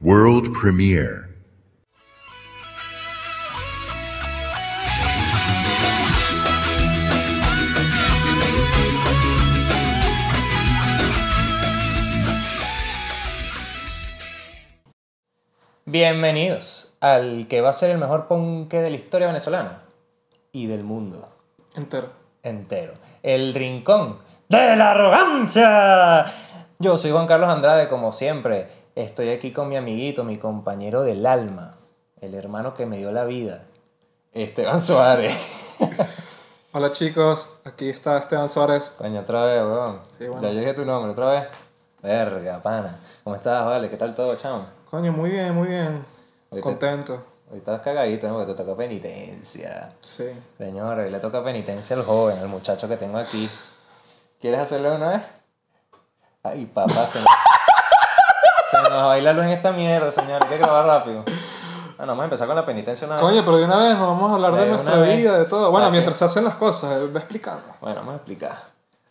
World premiere. Bienvenidos al que va a ser el mejor ponque de la historia venezolana y del mundo Entero. entero. El rincón de la arrogancia. Yo soy Juan Carlos Andrade, como siempre. Estoy aquí con mi amiguito, mi compañero del alma, el hermano que me dio la vida, Esteban Suárez. Hola chicos, aquí está Esteban Suárez. Coño, otra vez, weón. Sí, bueno. Ya llegué tu nombre, otra vez. Verga, pana. ¿Cómo estás, vale? ¿Qué tal todo, chamo? Coño, muy bien, muy bien. Ahorita- Contento. Hoy estás cagadito, ¿no? Porque te toca penitencia. Sí. Señor, hoy le toca penitencia al joven, al muchacho que tengo aquí. ¿Quieres hacerlo de una vez? Ay, papá, se nos, se nos va a ir la luz en esta mierda, señor. Hay que grabar rápido. Bueno, vamos a empezar con la penitencia una vez. Coño, pero de una vez nos vamos a hablar De de, una nuestra vez. vida, de todo. Bueno, Vale. mientras se hacen las cosas, él va explicando. Bueno, vamos a explicar.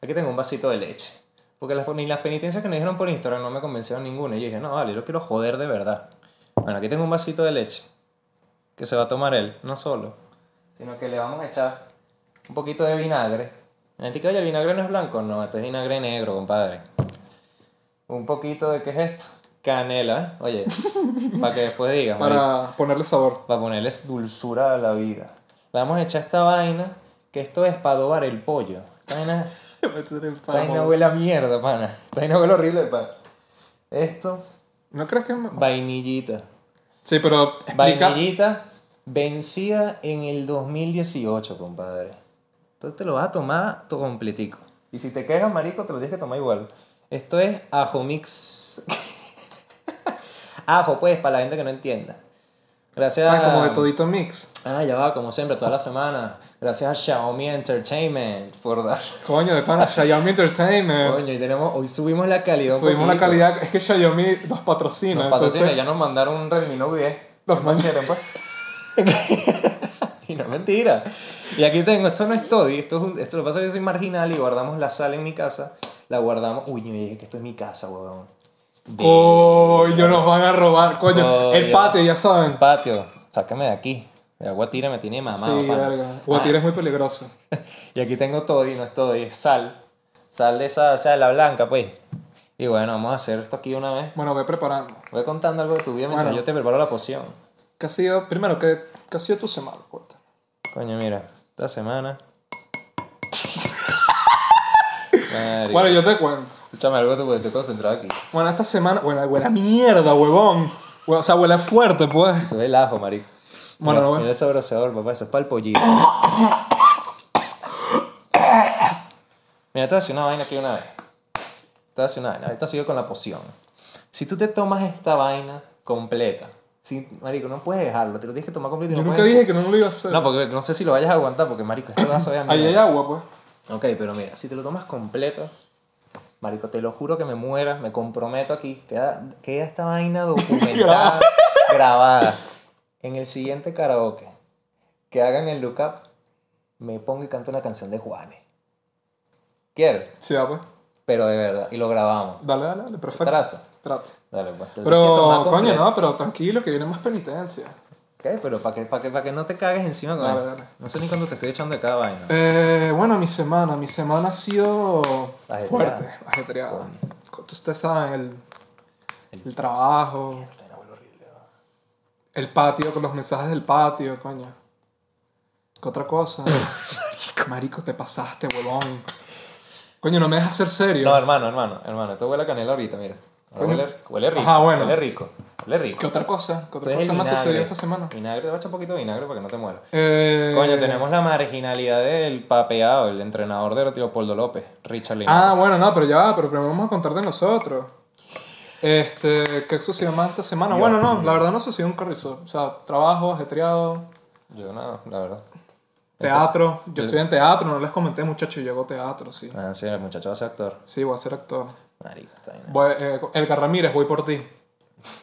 Aquí tengo un vasito de leche. Porque las, ni las penitencias que me dijeron por Instagram no me convencieron ninguna. Y yo dije, no, vale, yo lo quiero joder de verdad. Bueno, aquí tengo un vasito de leche. Que se va a tomar él, no solo. Sino que le vamos a echar un poquito de vinagre. La gente que, oye, el vinagre no es blanco. No, esto es vinagre negro, compadre. Un poquito de, ¿qué es esto? Canela, ¿eh? Oye, para que después digas. marico. Para ponerle sabor. Para ponerles dulzura a la vida. Le vamos a echar esta vaina, que esto es para adobar el pollo. Esta vaina, Meter el esta vaina pavo. huele a mierda, pana. Esta vaina huele horrible, pana. Esto, ¿No crees que.? me- vainillita. Sí, pero explica. Vainillita vencida en el 2018, compadre. Entonces te lo vas a tomar todo completico. Y si te quedas marico, te lo tienes que tomar igual. Esto es ajo mix. ajo, pues, para la gente que no entienda. Gracias Ah, como de todito mix. Ah, ya va, como siempre, toda la semana. Gracias a Xiaomi Entertainment por dar. Coño, de pana, Xiaomi Entertainment. Coño, y tenemos, hoy subimos la calidad. un Eh, Subimos la poquito. calidad. Es que Xiaomi nos patrocina. Nos entonces- patrocina, ya nos mandaron un Redmi Note 10. Nos ¿Qué mand- más quieren, pues? y no es mentira. Y aquí tengo, esto no es Toddy, esto, es un- esto lo que pasa es que soy marginal y guardamos la sal en mi casa. La guardamos. Uy, yo dije que esto es mi casa, huevón. De- Oh. Coño, nos van a robar. Coño, Coño. el pate, ya saben. Patio, sácame de aquí. El agua tira me tiene mamado. sí, pana. Ah, verga. Guatire es muy peligroso. Y aquí tengo toddy, no es toddy, es sal. Sal de esa, o sea, la blanca, pues. Y bueno, vamos a hacer esto aquí de una vez. Bueno, voy preparando. Voy contando algo de tu vida mientras Bueno. yo te preparo la poción. ¿Qué ha sido, primero, qué, qué ha sido tu semana? Cuéntame. Coño, mira, esta semana. Marico. Bueno, yo te cuento. Escúchame algo, te estoy concentrado aquí. Bueno, esta semana, bueno, huele a mierda, huevón. Hue- O sea, huele a fuerte, pues. Eso es el ajo, marico. Bueno, mira, no, bueno. mira ese broceador, papá, eso es para el pollito. Mira, te voy a decir una vaina aquí una vez. Te voy a decir una vaina. Ahorita sigo con la poción. Si tú te tomas esta vaina completa, si, marico, no puedes dejarlo, te lo tienes que tomar completo. y Yo no nunca puedes- dije que no lo iba a hacer. No, pues, porque no sé si lo vayas a aguantar, porque marico, esto va a saber a Ahí hay mierda. agua, pues. Ok, pero mira, si te lo tomas completo, marico, te lo juro que me muera, me comprometo aquí, queda, queda esta vaina documentada, grabada. En el siguiente karaoke, que hagan el lookup, me pongo y canto una canción de Juanes. Quiero, Sí, va, pues. pero de verdad, y lo grabamos. Dale, dale, dale, perfecto. Trato. Trato. Dale, pues. te lo tienes que Pero, tomar coño, completo. no, pero tranquilo, que viene más penitencia. Ok, pero para que, pa' que, pa' que no te cagues encima con Dale, esto. dale. No sé ni cuándo te estoy echando de cada vaina. Eh, bueno, mi semana, mi semana ha sido Ajetreada. fuerte, ajetreada. Ustedes saben, el, el, trabajo, el patio, con los mensajes del patio, coño. ¿Qué otra cosa? Marico, te pasaste, huevón. Coño, no me dejas ser serio. No, hermano, hermano, hermano, esto huele a canela ahorita, mira. Ahora Coño. Huele, huele rico. Ajá, bueno. Huele rico. Huele rico. ¿Qué otra cosa? Esto ¿Qué otra es el cosa me ha vinagre. sucedido esta semana? Vinagre, te voy a echar un poquito de vinagre para que no te mueras. Eh, Coño, tenemos la marginalidad del papeado, el entrenador de Leopoldo López, Richard Linares. Ah, bueno, no, pero ya va, pero primero vamos a contar de nosotros. Este, ¿qué sucedió más esta semana? Bueno, no, la verdad no sucedió un carrizo. O sea, trabajo, ajetreado, Yo no, la verdad. teatro. Yo estoy en teatro, no les comenté, muchachos, yo hago teatro, sí. Ah, sí, el muchacho va a ser actor. Sí, voy a ser actor. Marico, está bien. Voy, eh, Edgar Ramírez, voy por ti.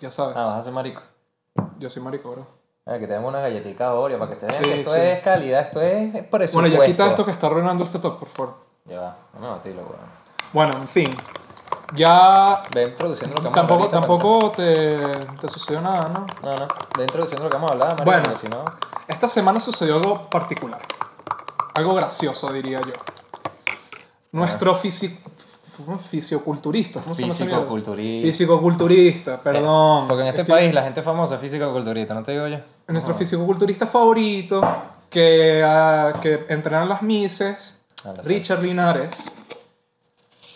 Ya sabes, Ah, vas a ser marico. yo soy marico, bro. Ah, que tenemos una galletita Oreo para que te vean Sí, que esto sí. es calidad, esto es presupuesto. Bueno, ya quita esto que está arruinando el setup, por favor. Ya va, no me batí, loco. Bueno, en fin. ya Ven produciendo lo que vamos a tampoco, hablar ahorita, tampoco te, te sucedió nada, ¿no? marico. No, no. Ven introduciendo lo que vamos a hablar, marico, Bueno. porque si no... Esta semana sucedió algo particular. Algo gracioso, diría yo. Ah. Nuestro fisi- f- fisioculturista. ¿cómo se llama esa mierda? Fisicoculturista. Fisioculturista, perdón. Porque en este Es que- país la gente famosa es físico-culturista, ¿no te digo yo? Nuestro fisicoculturista favorito, que, ah, que entrenan las Mises, Ah, lo sé. Richard Linares,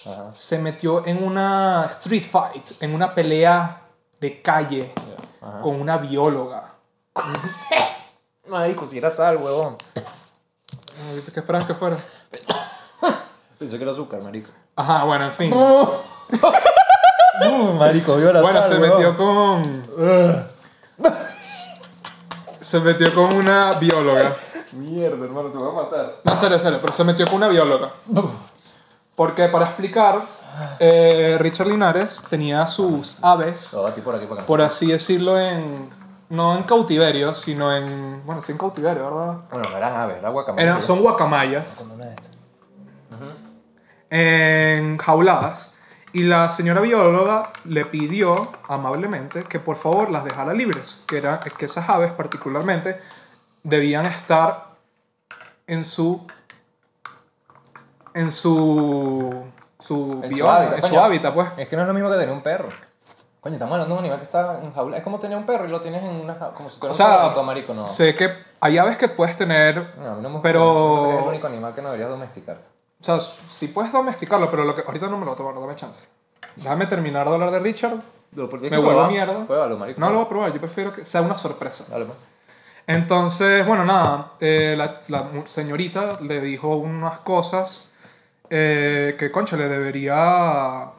Ajá. se metió en una street fight, en una pelea de calle Ajá. con una bióloga. Marico, si era sal, huevón. Ahorita, Ah, ¿Qué esperabas que fuera? Pensé que era azúcar, marico. Ajá, bueno, en fin. marico, vio la Bueno, sal, se huevón. metió con. Se metió con una bióloga. Mierda, hermano, te voy a matar. No, serio, serio, pero se metió con una bióloga. Porque para explicar, eh, Richard Linares tenía sus aves, Todo a ti por aquí, por acá. por así decirlo, en. No en cautiverio, sino en. Bueno, sí en cautiverio, ¿verdad? Bueno, no eran aves, era guacamole. Eran, son guacamayas, Una de estas. en jauladas. Y la señora bióloga le pidió amablemente que por favor las dejara libres, que, era, que esas aves particularmente debían estar en su en su su, En su bioma, hábitat, en su coño. Eh, hábitat pues Es que no es lo mismo que tener un perro. Coño, estamos hablando de un animal que está en jaula. Es como tener un perro y lo tienes en una jaula. Como si fuera O un sea, perro, marico, no. Sé que hay aves que puedes tener, No, a mí no me gusta. Pero- Me parece que es el único animal que no deberías domesticar. o sea, sí puedes domesticarlo, pero lo que, ahorita no me lo voy a tomar, dame chance. Déjame terminar de hablar de Richard. Me vuelvo mierda. Pruébalo, marico. No lo voy a probar, yo prefiero que sea una sorpresa. Dale, pues. Entonces, bueno, nada, eh, la, la mu- señorita le dijo unas cosas eh, que, concha, le debería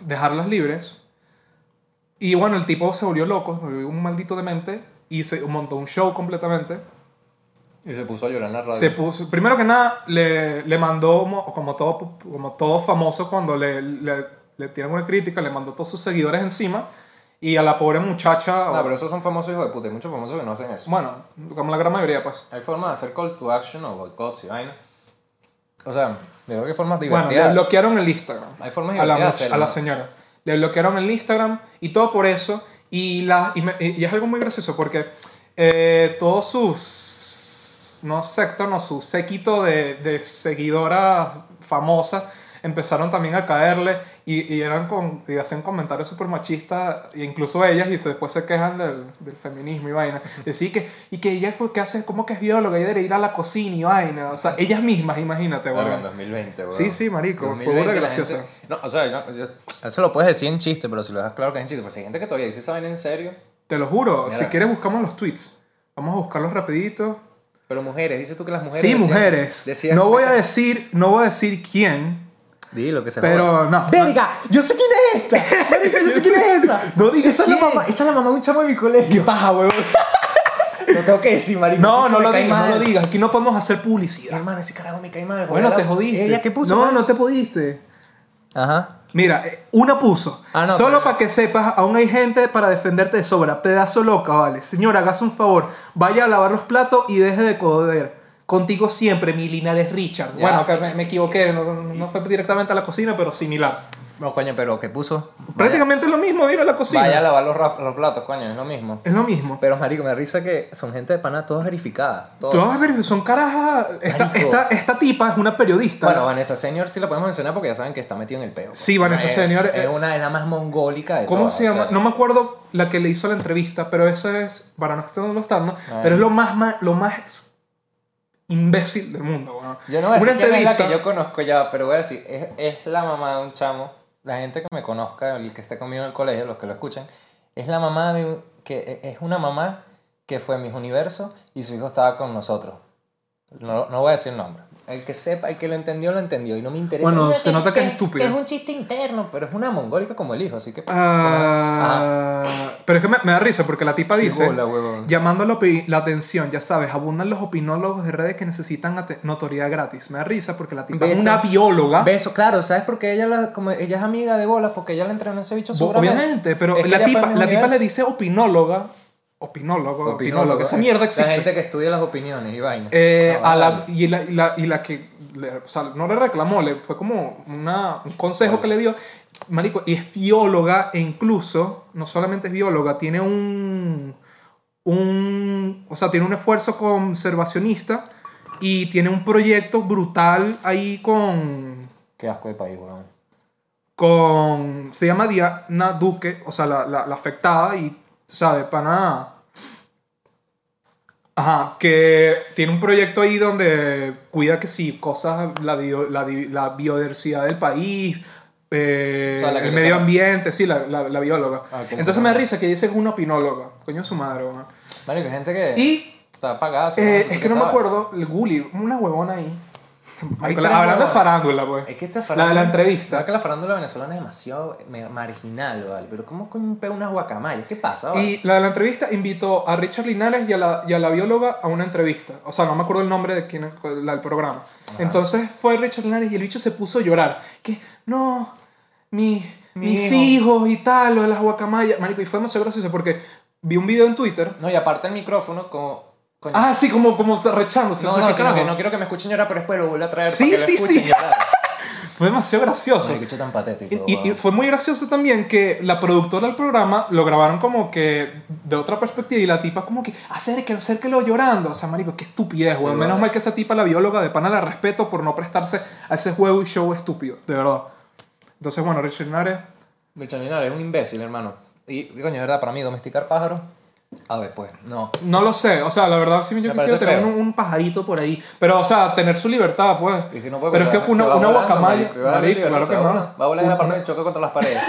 dejarlas libres. Y bueno, el tipo se volvió loco, se volvió un maldito demente y se montó un show completamente. Y se puso a llorar en la radio. Se puso, primero que nada, le, le mandó, mo- como todo, como todo famoso, cuando le, le, le tiran una crítica, le mandó todos sus seguidores encima y a la pobre muchacha, No, Ah, pero esos son famosos hijos de puta. Hay muchos famosos que no hacen eso. bueno, como la gran mayoría, pues. Hay formas de hacer call to action o boicots y vaina. O sea, yo creo que hay formas Bueno, divertidas. le bloquearon el Instagram. Hay formas a la, divertidas de much- hacerlo, a la ¿no? señora. Le bloquearon el Instagram y todo por eso. Y, la, y, me- y es algo muy gracioso porque eh, todos sus, no secta, no, su séquito de, de seguidoras famosas empezaron también a caerle y, y eran con, y hacían comentarios súper machistas, e incluso ellas, y se- después se quejan del, del feminismo y vaina. Decir que, y que ella, ¿qué hace? ¿Cómo que es bióloga? Y debe ir a la cocina y vaina. O sea, ellas mismas, imagínate, Verga, weón. en 2020, weón. Sí, sí, marico, fue 2020 burda la graciosa. gente- No, o sea, no, yo- eso lo puedes decir en chiste, pero si lo dejas claro que es en chiste. Pero si hay gente que todavía dice esa vaina en serio. Te lo juro, Mira. si quieres buscamos los tweets. Vamos a buscarlos rapidito. Pero mujeres, dices tú que las mujeres. sí, decían- mujeres. decían- No voy a decir, no voy a decir quién, Di lo que se joda. pero no. ¡Verga! ¡Yo sé quién es esta! ¡Verga, yo sé quién es esa! No digas esa es, la quién. mamá, esa es la mamá de un chamo de mi colegio. Paja, huevón. Lo tengo que decir, marico. No, ese no chamo me lo cae digas, no mal. lo digas. Aquí no podemos hacer publicidad. Hermano, ese carajo me cae mal. Bueno, joder, te la- jodiste. ¿Ella qué puso? No, mano? no te pudiste. Ajá. Mira, eh, una puso. Ah, no, Solo pero- para que sepas, aún hay gente para defenderte de sobra. Pedazo loca, vale. Señora, hágase un favor. Vaya a lavar los platos y deje de coder. Contigo siempre, mi Linares Richard. Ya. Bueno, acá me, me equivoqué. No, no- no fue directamente a la cocina, pero similar. No, coño, pero ¿qué puso? Prácticamente es lo mismo de ir a la cocina. Vaya a lavar los, rap- los platos, coño, es lo mismo. Es lo mismo. Pero, marico, me da risa que son gente de pana, todas verificadas. Todas. Todas ver- son carajas. Esta, Marico. esta, esta tipa es una periodista. Bueno, Vanessa Senior sí la podemos mencionar porque ya saben que está metido en el peo. Sí, Vanessa Es- Senior, Es eh, una de las más mongólica de ¿Cómo todas, se o llama? sea, No me acuerdo la que le hizo la entrevista, pero eso es, para no extendernos tanto, Ah. pero es lo más, ma- lo más imbécil del mundo. weón. Yo no voy a decir Una quién es la entrevista, que yo conozco ya, pero voy a decir, es, es la mamá de un chamo. La gente que me conozca, el que esté conmigo en el colegio, los que lo escuchan, es la mamá de un- que e, es una mamá que fue mis universo y su hijo estaba con nosotros. No, no voy a decir nombre. El que sepa, el que lo entendió, lo entendió. Y no me interesa. Bueno, Yo se nota que es estúpida. es un chiste interno, pero es una mongólica como el hijo, así que. pues, Ajá. Ah, pero es que me, me da risa porque la tipa Sí, dice, bola, huevón. llamando la, opi- la atención, ya sabes, abundan los opinólogos de redes que necesitan ate- notoriedad gratis. Me da risa porque la tipa es Beso. una bióloga. Beso, claro, ¿sabes? Porque ella, la- como ella es amiga de bolas, porque ella le entrenó a ese bicho seguramente. Obviamente, pero Es que la, ella fue tipa, Miss la tipa le Universo. dice opinóloga. Opinólogo, opinóloga. Esa eh. mierda existe. La gente que estudia las opiniones y vainas. Eh, No, a la, vale. y, la, y la- y la que le- o sea, no le reclamó, le fue como una, un consejo que le dio. Marico, y es bióloga e incluso, no solamente es bióloga, tiene un, un, o sea, tiene un esfuerzo conservacionista y tiene un proyecto brutal ahí con, Qué asco de país, weón. con se llama Diana Duque, o sea, la, la- la afectada y, o sea, de pana... Ajá, que tiene un proyecto ahí donde cuida que sí, cosas, la, bio- la, di- la biodiversidad del país, eh, O sea, la que el le medio sabe. ambiente, sí, la, la- la bióloga. Ah, que le Entonces sabe. me da risa que dice que es una opinóloga, coño su madre, weón. Marico, hay gente que Y está pagada. ¿sí? eh, ¿Tú es qué que no me sabes? acuerdo, el Gulli, una huevona ahí. Marico, tres Hablando de huevonas. farándula, pues. Es que esta La de la entrevista. Es que la farándula venezolana es demasiado me- marginal, ¿vale? Pero ¿cómo coño pega unas guacamayas? ¿Qué pasa, Ah, vale? Y la de la entrevista invitó a Richard Linares y a la, y a la bióloga a una entrevista. O sea, no me acuerdo el nombre de quién la del programa. Entonces fue Richard Linares y el bicho se puso a llorar. Que no, mi- Mi mis hijos y tal, lo de las guacamayas. Marico, y fue demasiado gracioso porque vi un video en Twitter. No, y aparte el micrófono, como. coño, Ah, sí, como, como rechándose. no, sé no, qué sino carajo. que no quiero que me escuchen llorar, pero después lo vuelvo a traer para Sí, que sí, lo escuchen sí. llorar. Fue demasiado gracioso. Marico, qué tan patético. Y- Y, y weón. fue muy gracioso también que la productora del programa lo grabaron como que de otra perspectiva y la tipa como que acérquelo, acérquelo llorando. O sea, marico, qué estupidez, weón. vale. Menos mal que esa tipa, la bióloga de pana, la respeto por no prestarse a ese juego y show estúpido, de verdad. Entonces, bueno, Richard Linares, Richard Linares es un imbécil, hermano. Y, y coño, de verdad, para mí, domesticar pájaros. A ver, pues, no. no lo sé. O sea, la verdad, sí, yo Me quisiera parece tener un, feo. un pajarito por ahí. Pero, o sea, tener su libertad, pues. Es que no puede Pero es pasar. que una, Se va una volando, guacamaya, marico, y va a marico, liberarse, claro que va no. volando. Va a volar en la Una- parte y choca contra las paredes.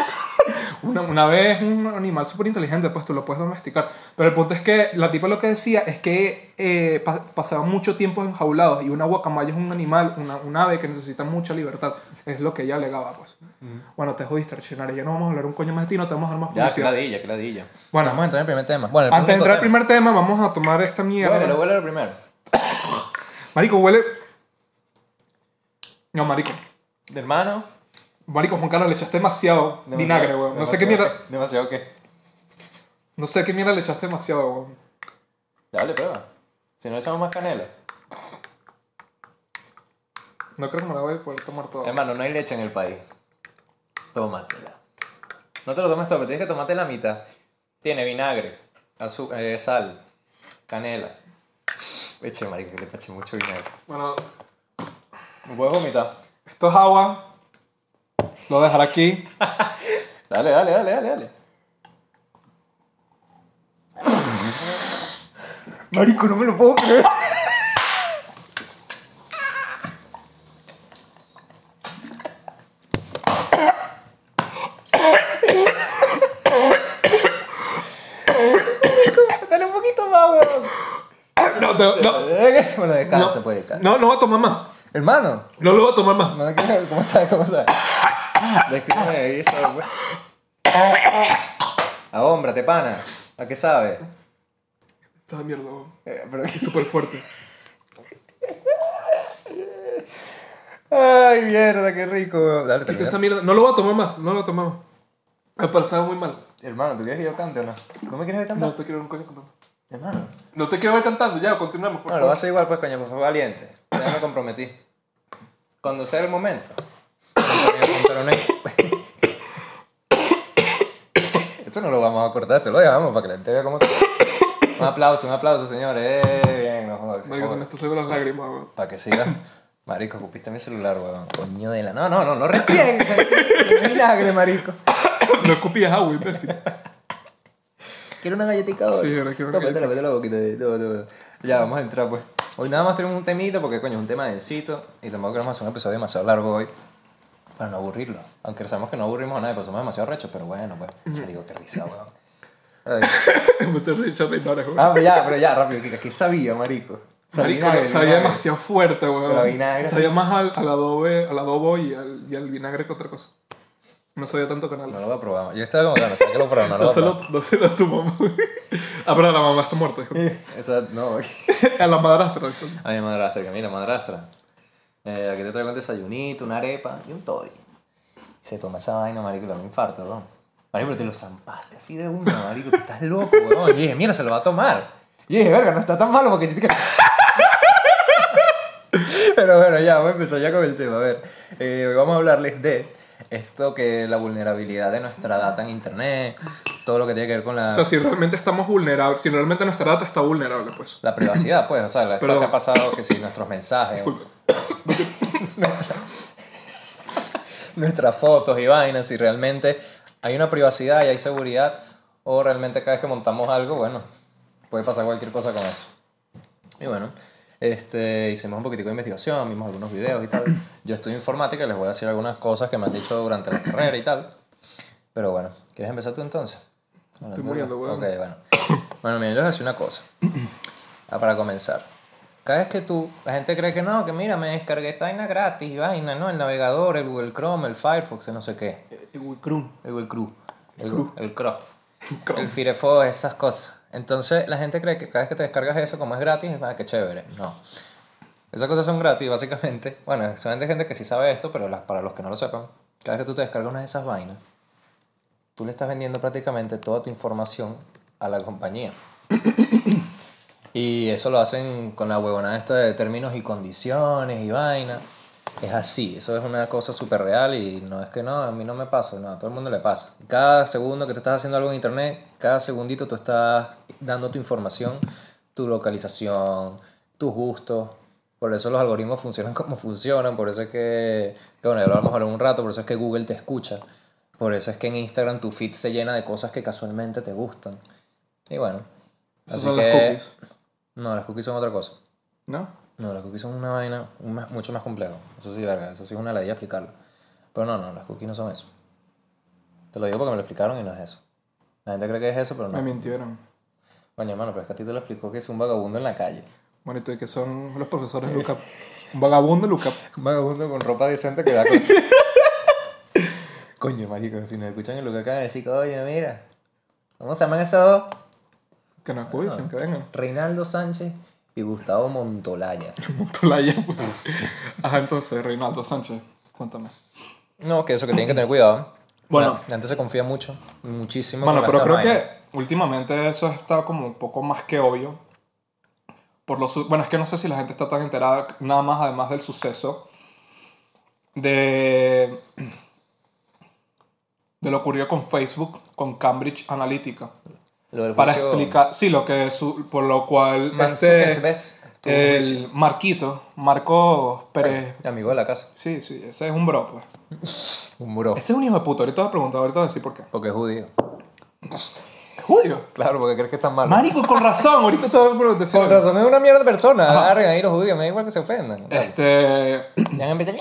Una, una vez un animal súper inteligente, pues tú lo puedes domesticar. Pero el punto es que la tipa lo que decía es que eh, pa- pasaba mucho tiempo enjaulados y una guacamaya es un animal, una, un ave que necesita mucha libertad. Es lo que ella alegaba, pues. Bueno, te jodiste, Rechinar. Ya no vamos a hablar un coño más de ti, no te vamos a dar más ya, que publicidad. ladilla, que ladilla. Bueno. vamos a entrar en el primer tema. Bueno, el Antes de entrar al único primer tema, vamos a tomar esta mierda. tema. Huélelo, huélelo primero. Marico, huele. No, marico. De hermano. Marico, Juan Carlos, le echaste demasiado demasiado- vinagre, weón. No sé demasiado qué mierda. que- Demasiado que. No sé qué mierda le echaste demasiado, weón. Dale, prueba. Si no le echamos más canela. No creo que me la voy a poder tomar toda. Hermano, no hay leche en el país. Tómatela. No te lo tomes todo, pero tienes que tomarte la mitad. Tiene vinagre, azu- eh, sal, canela. Eche, marico, que le pache mucho vinagre. Bueno, ¿Me puedes vomitar? Esto es agua. Lo voy a dejar aquí. Dale, dale, dale, dale, dale. Marico, no me lo puedo creer. Dale un poquito más, weón. No, no, no. Bueno, descansa, pues descansa. No, no voy a tomar más. Hermano, No lo voy a tomar más. no me quieres ¿Cómo sabes? ¿Cómo sabes? Descríbeme ahí eso, weón. Ahómbrate, pana. ¿A qué sabes? Esta mierda, weón. Eh, pero- Es súper fuerte. Ay, mierda, qué rico. weón. Dale, Quita termina. esa mierda. No lo voy a tomar más. No lo voy a tomar más. Me ha pasado muy mal. Hermano, ¿tú quieres que yo cante o no? ¿No me quieres ver No cantar? te quiero ver un coño cantando. Hermano. No te quiero ver cantando. Ya, continuamos, por Bueno, lo favor. vas a hacer igual, pues, coño, pues, fue valiente. Ya me comprometí. Cuando sea el momento. Esto no lo vamos a cortar, esto lo dejamos para que la gente vea cómo... Un aplauso, un aplauso, señores. Eh, bien, no jodas. Marico, se me está saliendo las lágrimas, weón. Para que siga. Marico, ocupiste mi celular, weón. Coño de la. No, no, no, no restriegues. Es vinagre, marico. No escupías agua, imbécil. Quiero una galletita ahora. Sí, ahora quiero una Tómatela, métela a la boquita. eh, toma, toma. Ya, vamos a entrar, pues. Hoy nada más tenemos un temito porque, coño, es un tema densito. Y tampoco queremos hacer un episodio demasiado largo hoy. Para no aburrirlo. Aunque sabemos que no aburrimos a nadie, pues somos demasiado rechos, pero bueno, pues. Mm. Marico, qué risa, weón. Ay. Me estoy echando imanes, weón. Ah, pero ya, pero ya, rápido, Kika. ¿Qué sabía, marico? O sea, Marico, vinagre, sabía vinagre. demasiado fuerte, Pero a weón. vinagre, Sabía sí. más al, al adobe, al adobo y al, y al vinagre que otra cosa. No sabía tanto canal. No lo voy a probar. Yo estaba como que no sé que lo probar, no lo voy No a se, probar. lo, no se lo a tu mamá. ah, pero la mamá está muerta. disculpa. Esa, no. a la madrastra. disculpa. A mi madrastra, que mira, madrastra. Eh, aquí te traigo un desayunito, una arepa y un toddy. Se toma esa vaina, marico, y le da un infarto, weón. Marico, pero te lo zampaste así de una, marico, que estás loco, weón. Y dije, mira, se lo va a tomar. Y dije, verga, no está tan malo porque si te que... Pero bueno, ya, vamos a empezar ya con el tema. A ver, eh, hoy vamos a hablarles de esto que la vulnerabilidad de nuestra data en internet, todo lo que tiene que ver con la, O sea, si realmente estamos vulnerables, si realmente nuestra data está vulnerable, pues. la privacidad, pues, o sea, esto Perdón. que ha pasado, que sí, nuestros mensajes, nuestra- nuestras fotos y vainas, si realmente hay una privacidad y hay seguridad, o realmente cada vez que montamos algo, bueno, puede pasar cualquier cosa con eso. Y bueno, este, hicimos un poquitico de investigación, vimos algunos videos y tal. Yo estudio informática y les voy a decir algunas cosas que me han dicho durante la carrera y tal. Pero bueno, ¿quieres empezar tú entonces? Estoy muriendo, bueno. weón. Ok, bueno. Bueno, miren, yo les voy a decir una cosa. Ah, para comenzar. Cada vez que tú, la gente cree que no, que mira, me descargué esta vaina gratis, y vaina, ¿no? El navegador, el Google Chrome, el Firefox, el no sé qué. Eh, El Google Chrome. El Google El Chrome. El Firefox, esas cosas. Entonces, la gente cree que cada vez que te descargas eso, como es gratis, es ah, qué chévere. No. Esas cosas son gratis, básicamente. Bueno, solamente gente que sí sabe esto, pero las- para los que no lo sepan, cada vez que tú te descargas una de esas vainas, tú le estás vendiendo prácticamente toda tu información a la compañía. y eso lo hacen con la huevonada esta de términos y condiciones y vaina. Es así, eso es una cosa súper real y no es que no, a mí no me pasa, no, a todo el mundo le pasa. Cada segundo que te estás haciendo algo en internet, cada segundito tú estás dando tu información, tu localización, tus gustos. Por eso los algoritmos funcionan como funcionan, por eso es que, que bueno, ya lo vamos a hablar un rato, por eso es que Google te escucha. Por eso es que en Instagram tu feed se llena de cosas que casualmente te gustan. Y bueno. Esas así son que- las cookies. No, las cookies son otra cosa. ¿No? No, las cookies son una vaina un más- mucho más compleja. Eso sí, verga, eso sí es una ladilla explicarlo. Pero no, no, las cookies no son eso. Te lo digo porque me lo explicaron y no es eso. La gente cree que es eso, pero Me no. mintieron. Coño, hermano, pero es que a ti te lo explicó que es un vagabundo en la calle. Bueno, y tú, que son los profesores Lucap. Un vagabundo Lucap. Un vagabundo con ropa decente que da con... Coño, marico, si nos escuchan en lo que acaban de decir, coño, mira. ¿Cómo se llaman esos dos? Que nos escuchen, que vengan. Reinaldo Sánchez y Gustavo Montolaya. Montolaya. pues. Ajá, entonces, Reinaldo Sánchez, cuéntame. No, que eso que tienen que tener cuidado. Bueno. La- la gente se confía mucho, muchísimo. Bueno, con pero esta creo vaina. que últimamente eso está como un poco más que obvio. Por lo su- bueno, es que no sé si la gente está tan enterada, nada más además del suceso, de, de lo ocurrido con Facebook, con Cambridge Analytica. Lo del Para juicio, explicar, sí, lo que su- por lo cual Mark este, Zuckerberg tuvo un juicio. el Marquito, Marcos Pérez, Amigo de la casa. sí, sí, ese es un bro, pues. Un muro. Ese es un hijo de puta, ahorita te voy a preguntar, ahorita voy a decir por qué. Porque es judío. Es judío. Claro, porque crees que está mal. Marico, con razón, ahorita te voy a preguntar. sí, Con razón es una mierda de persona. Agarren ahí los judíos, me da igual que se ofendan. Este, Ya han empezado.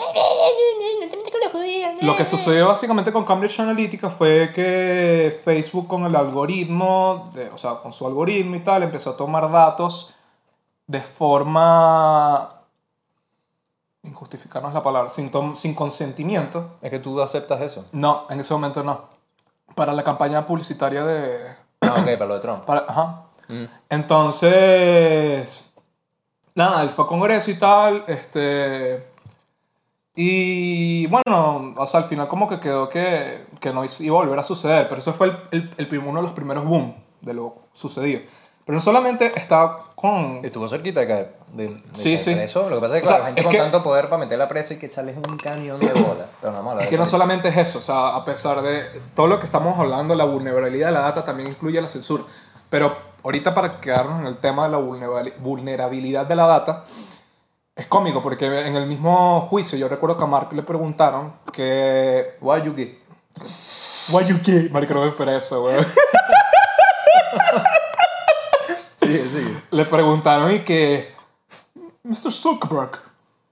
lo que sucedió básicamente con Cambridge Analytica fue que Facebook con el algoritmo, de- o sea, con su algoritmo y tal, empezó a tomar datos de forma... Injustificarnos la palabra, sin, tom- sin consentimiento. Es que tú aceptas eso. No, en ese momento no. Para la campaña publicitaria de... Ah, ok, para lo de Trump. Para, ajá, Mm. Entonces, nada, él fue a congreso y tal, este... Y bueno, o sea, al final como que quedó que, que no iba a volver a suceder, pero eso fue el, el- el prim- uno de los primeros boom de lo sucedido. Pero no solamente está con... Estuvo cerquita de caer. De, de Sí, caer sí. preso. Lo que pasa es que O sea, claro, gente es con que- tanto poder para meter la presa y que sales un camión de bola. Pero no, Es que no solamente es eso, o sea, a pesar de todo lo que estamos hablando, la vulnerabilidad de la data también incluye la censura. Pero ahorita para quedarnos en el tema de la vulnerabili- vulnerabilidad de la data, es cómico porque en el mismo juicio yo recuerdo que a Mark le preguntaron que... Guayuki. Why you gay? Mark no me esperé eso, weón. Sí, sí. Le preguntaron y que... Mr. Zuckerberg.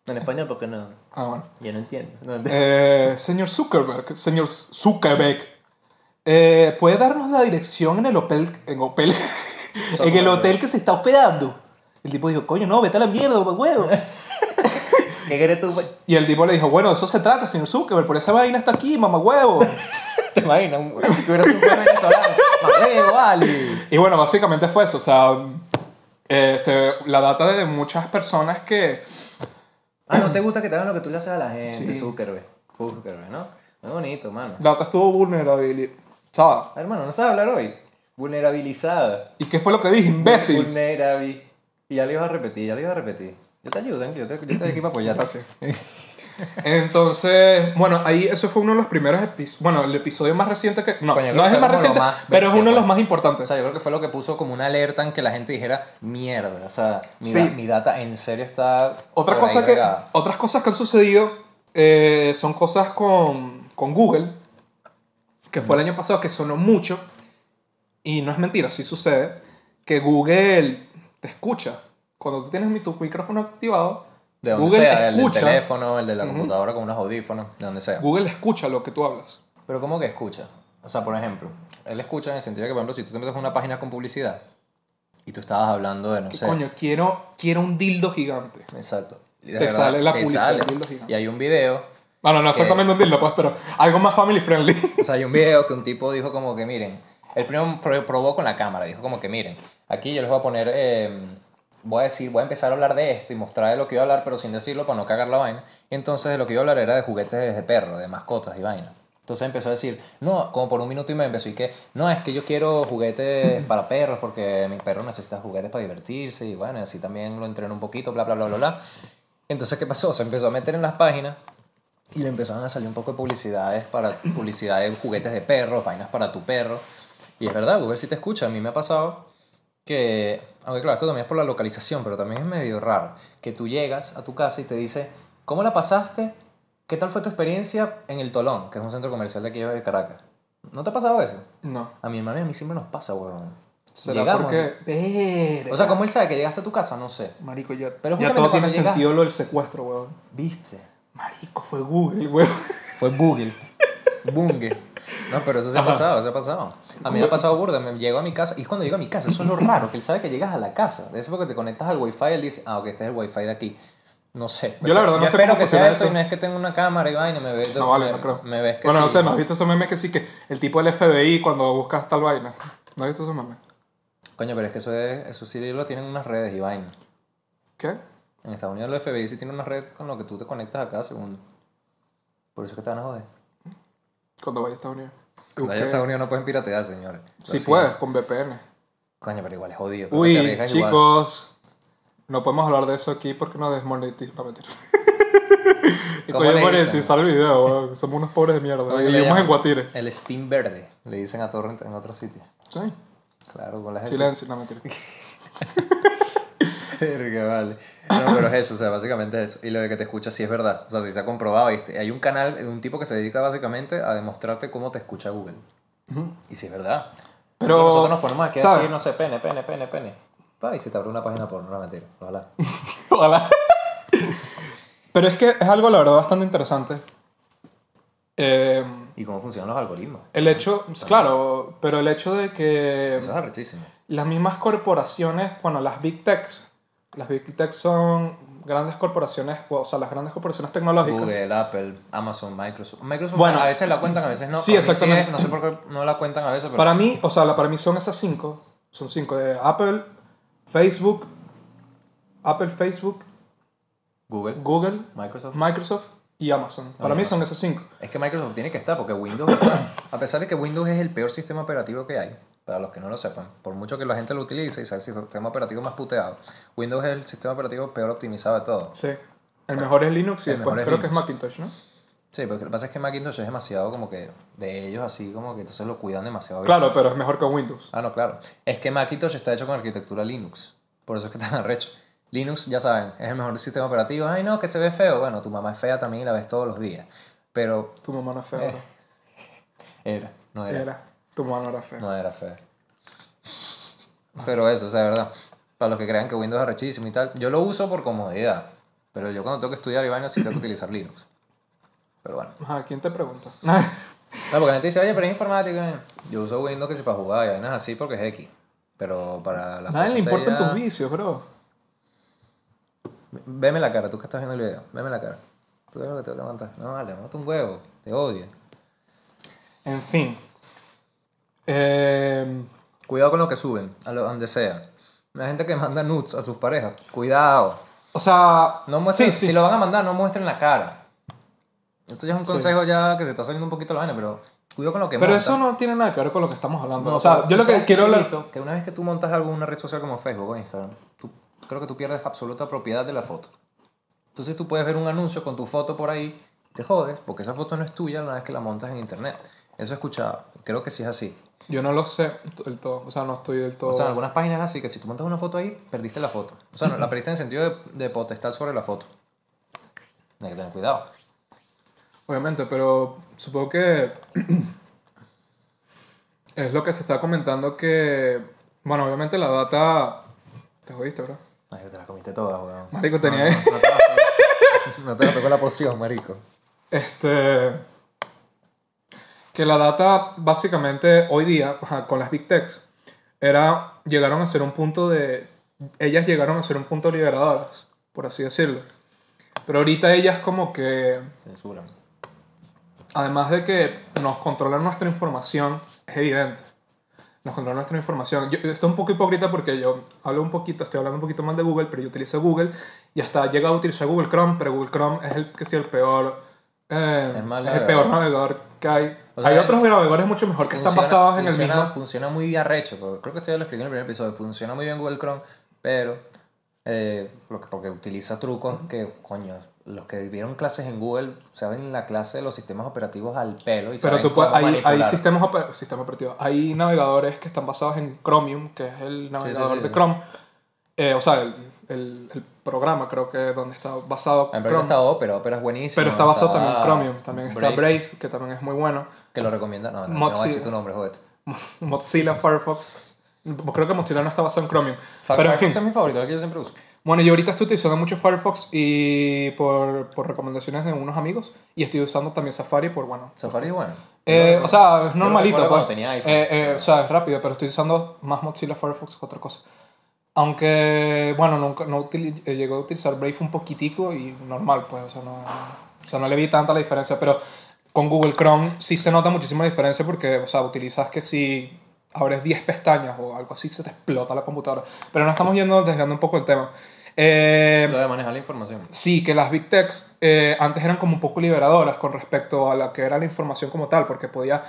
En español, porque no. Ah, bueno. Yo no entiendo. Eh, señor Zuckerberg, señor Zuckerberg, eh, ¿puede darnos la dirección en el hotel, en, hotel, en el Zuckerberg. hotel que se está hospedando? El tipo dijo, coño, no, vete a la mierda, pues, huevo. ¿Qué querés tú? Y el tipo le dijo, bueno, de eso se trata, señor Zuckerberg, por esa vaina está aquí, mamá huevo. ¿Te imaginas? Un, que hubiera sido un buen venezolano. Mamá, vale. Y bueno, básicamente fue eso, o sea, eh, se- la data de muchas personas que... Ah, ¿no te gusta que te hagan lo que tú le haces a la gente? Sí. Zuckerberg. Zuckerberg, ¿no? Muy bonito, mano. La data estuvo vulnerabilizada. Ah, Hermano, ¿no sabes hablar hoy? Vulnerabilizada. ¿Y qué fue lo que dije, imbécil? Vulnerabil... Y ya lo ibas a repetir, ya lo ibas a repetir. Yo te ayudo, tranquilo, yo, te- yo estoy aquí para apoyarte. Gracias. Entonces, bueno, ahí eso fue uno de los primeros episodios. Bueno, el episodio más reciente que. No, Coño, creo no que fue es el más como lo reciente, más pero es bestia, uno de los pues. más O importantes. sea, yo creo que fue lo que puso como una alerta en que la gente dijera, mierda, o sea, mi, Sí. da- mi data en serio está... Otra por ahí cosa que, regada". otras cosas que han sucedido eh, son cosas con, con Google, que fue el año pasado que sonó mucho, y no es mentira, sí sucede, que Google te escucha. Cuando tú tienes mi- tu micrófono activado, De donde Google sea, el del escucha. teléfono, el de la Ujú. computadora con unos audífonos, de donde sea. Google escucha lo que tú hablas. Pero ¿cómo que escucha? O sea, por ejemplo, él escucha en el sentido de que, por ejemplo, si tú te metes en una página con publicidad y tú estabas hablando de, no Que sé... coño, quiero, quiero un dildo gigante. Exacto. Y de Te sale la te publicidad sale. del dildo gigante. Y hay un video, Ah, No, no, no exactamente un dildo, pues, pero algo más family friendly. o sea, hay un video que un tipo dijo como que, miren, el primero pro- probó con la cámara, dijo como que, miren, aquí yo les voy a poner, eh, voy a decir, voy a empezar a hablar de esto y mostrar de lo que iba a hablar, pero sin decirlo para no cagar la vaina. Y entonces de lo que iba a hablar era de juguetes de perro, de mascotas y vaina. Entonces empezó a decir, no, como por un minuto y medio empezó y que, no, es que yo quiero juguetes para perros porque mi perro necesita juguetes para divertirse y bueno, así también lo entreno un poquito, bla, bla, bla, bla, bla. Entonces, ¿qué pasó? Se empezó a meter en las páginas y le empezaban a salir un poco de publicidades para publicidad de juguetes de perros, vainas para tu perro. Y es verdad, Google sí te escucha. A mí me ha pasado que, aunque claro, esto también es por la localización, pero también es medio raro, que tú llegas a tu casa y te dice, ¿cómo la pasaste? ¿Qué tal fue tu experiencia en El Tolón, que es un centro comercial de aquí de Caracas? ¿No te ha pasado eso? No. A mi hermano y a mí siempre nos pasa, huevón. ¿Será Llegamos, porque... O sea, ¿cómo él sabe que llegaste a tu casa? No sé. Marico, ya, Pero ya justamente todo tiene cuando llegas- sentido lo del secuestro, weón. ¿Viste? Marico, fue Google, weón. Fue Google. Bunge. No, pero eso se ha Ajá. pasado, se ha pasado. A mí me ha pasado burda, me llego a mi casa, y es cuando llego a mi casa, eso es lo raro, que él sabe que llegas a la casa. De eso porque te conectas al wifi, él dice, ah, ok, este es el wifi de aquí. No sé. Yo la verdad no sé espero cómo que sea funciona eso. eso. y no es que tengo una cámara y vaina, me ves. No vale, me, no creo. Me ves que bueno, no sí. sé, ¿no has visto esos memes que sí que el tipo del FBI cuando buscas tal vaina? ¿No has visto esos memes? Coño, pero es que eso, es, eso sí lo tienen unas redes y vaina. ¿Qué? En Estados Unidos el FBI sí tiene una red con lo que tú te conectas a cada segundo. Por eso es que te van a joder. Cuando vayas a Estados Unidos. Que Allá en busque- Estados Unidos no pueden piratear, señores. Lo Sí siento. puedes, con VPN. Coño, pero igual es jodido. creo que te Uy, arriesgas igual. chicos. No podemos hablar de eso aquí porque nos desmonetizan. No, mentira. y ¿Cómo le podemos dicen? monetizar el video, weón. Somos unos pobres de mierda. ¿Cómo que le Vivimos en llaman? Guatire. El Steam verde, le dicen a Torrent en otro sitio. Sí. Ah, Claro, con las Silencio, no, mentira. Verga, vale. No, pero es eso, o sea, básicamente es eso. Y lo de que te escucha sí es verdad. O sea, sí se ha comprobado. ¿viste? Hay un canal de un tipo que se dedica básicamente a demostrarte cómo te escucha Google. Y sí es verdad. Pero, nosotros nos ponemos aquí a ¿sabes? decir, no sé, pene, pene, pene, pene. Pa, y se te abre una página porno, no mentira. Ojalá. Ojalá. Pero es que es algo, la verdad, bastante interesante. Eh, ¿Y cómo funcionan los algoritmos? el hecho, pues, claro, pero el hecho de que Eso es arrechísimo. las mismas corporaciones, bueno, las Big Techs, las Big Techs son grandes corporaciones, o sea, las grandes corporaciones tecnológicas. Google, Apple, Amazon, Microsoft. Microsoft Bueno. a veces la cuentan, a veces no. Sí, A mí es- exactamente. no sé por qué no la cuentan a veces, pero... Para mí, o sea, la- para mí son esas cinco. Son cinco. eh, Apple, Facebook, Apple, Facebook, Google, Google, Microsoft. Microsoft y Amazon. Para mí son esas cinco. Es que Microsoft tiene que estar, porque Windows está- A pesar de que Windows es el peor sistema operativo que hay, para los que no lo sepan, por mucho que la gente lo utilice y sea el sistema operativo más puteado, Windows es el sistema operativo peor optimizado de todos. Sí. El mejor es Linux y El después mejor es creo que es Linux. Macintosh, ¿no? Sí, porque lo que pasa es que Macintosh es demasiado como que de ellos así, como que entonces lo cuidan demasiado bien. Claro, pero es mejor que Windows. Ah, no, claro. Es que Macintosh está hecho con arquitectura Linux. Por eso es que tan arrecho. Linux, ya saben, es el mejor sistema operativo. Ay, no, que se ve feo. Bueno, tu mamá es fea también y la ves todos los días. Pero Tu mamá no es fea. Eh, era, no era. era. Tu mamá no era fea. No era fea. Pero eso, o sea, de verdad. Para los que crean que Windows es arrechísimo y tal, yo lo uso por comodidad. Pero yo cuando tengo que estudiar y vaina sí tengo que utilizar Linux. Pero bueno. Ajá, ¿quién te pregunta? No, porque la gente dice, oye, pero es informática. eh. Yo uso Windows que si para jugar y vainas así porque es X. Pero para las Nadie le cosas importan tus serias- vicios, bro. Ve- Veme la cara, tú que estás viendo el video. Veme la cara. Tú ves lo que tengo que aguantar. No, vale, mata un huevo. Te odio. En fin. Eh, Cuidado con lo que suben, a lo, donde sea. La gente que manda nudes a sus parejas. Cuidado. o sea. No muestren, sí, sí. Si lo van a mandar, no muestren la cara. Esto ya es un consejo ya que se está saliendo un poquito la vaina, pero cuidado con lo que Pero montan. eso no tiene nada que ver con lo que estamos hablando. No, o sea, pero yo tú lo que sabes quiero sí he hablar. visto que una vez que tú montas algo en una red social como Facebook o Instagram, tú creo que tú pierdes absoluta propiedad de la foto. Entonces tú puedes ver un anuncio con tu foto por ahí, te jodes, porque esa foto no es tuya una vez que la montas en internet. Eso he escuchado, creo que sí es así. Yo no lo sé del todo, o sea, no estoy del todo. O sea, en algunas páginas así que si tú montas una foto ahí, perdiste la foto. O sea, no, la perdiste en el sentido de, de potestad sobre la foto. Hay que tener cuidado. Obviamente, pero supongo que es lo que te estaba comentando que, bueno, obviamente la data... Te jodiste, bro. Marico, te la comiste toda, weón. Marico, tenía... Ah, No, no, no te, la- no te la tocó la poción, marico. Este. Que la data, básicamente, hoy día, ajá, con las Big Techs, era. Llegaron a ser un punto de. Ellas llegaron a ser un punto liberadoras, por así decirlo. Pero ahorita ellas, como que. Censuran. Además de que nos controlan nuestra información, es evidente. Nos controlan nuestra información. Yo, esto es un poco hipócrita porque yo hablo un poquito, estoy hablando un poquito mal de Google, pero yo utilizo Google y hasta he llegado a utilizar Google Chrome, pero Google Chrome es el que sí el peor. eh, Es mal es el navegador. peor navegador que hay. O sea, hay otros navegadores mucho mejor que están Funciona- basados en el funciona- mismo. Funciona muy arrecho, pero creo que esto ya lo expliqué en el primer episodio. Funciona muy bien Google Chrome, pero eh, lo que- porque utiliza trucos que, coño, los que vieron clases en Google saben la clase de los sistemas operativos al pelo y Pero saben tú puedes, cómo hay, hay manipular. sistemas, oper- sistemas operativos, hay navegadores que están basados en Chromium, que es el navegador sí, de sí. Chrome. Eh, o sea, el, el- el programa creo que es donde está basado En verdad Chrome. está Opera, Opera es buenísimo. Pero está basado también en Chromium, también está Brave, Brave, que también es muy bueno. Que lo recomienda. No, no, no voy a Mozilla. decir tu nombre, jodete. Mozilla, Firefox. Creo que Mozilla no está basado en Chromium. Fa- pero en Firefox fin. es mi favorito, el que yo siempre uso. Bueno, yo ahorita estoy utilizando mucho Firefox y por, por recomendaciones de unos amigos. Y estoy usando también Safari por, bueno. Safari es bueno. eh, Yo lo o sea, es Yo lo normalito. recuerdo cuando pues. tenía iPhone. Eh, eh, o sea, es rápido, pero estoy usando más Mozilla Firefox que otra cosa. Aunque, bueno, nunca no utili- eh, llegó a utilizar Brave un poquitico y normal, pues, o sea, no, o sea, no le vi tanta la diferencia, pero con Google Chrome sí se nota muchísima diferencia porque, o sea, utilizas que si abres 10 pestañas o algo así se te explota la computadora. Pero no estamos yendo desviando un poco el tema. Eh, Lo de manejar la información. Sí, que las Big Techs eh, antes eran como un poco liberadoras con respecto a la que era la información como tal, porque podía,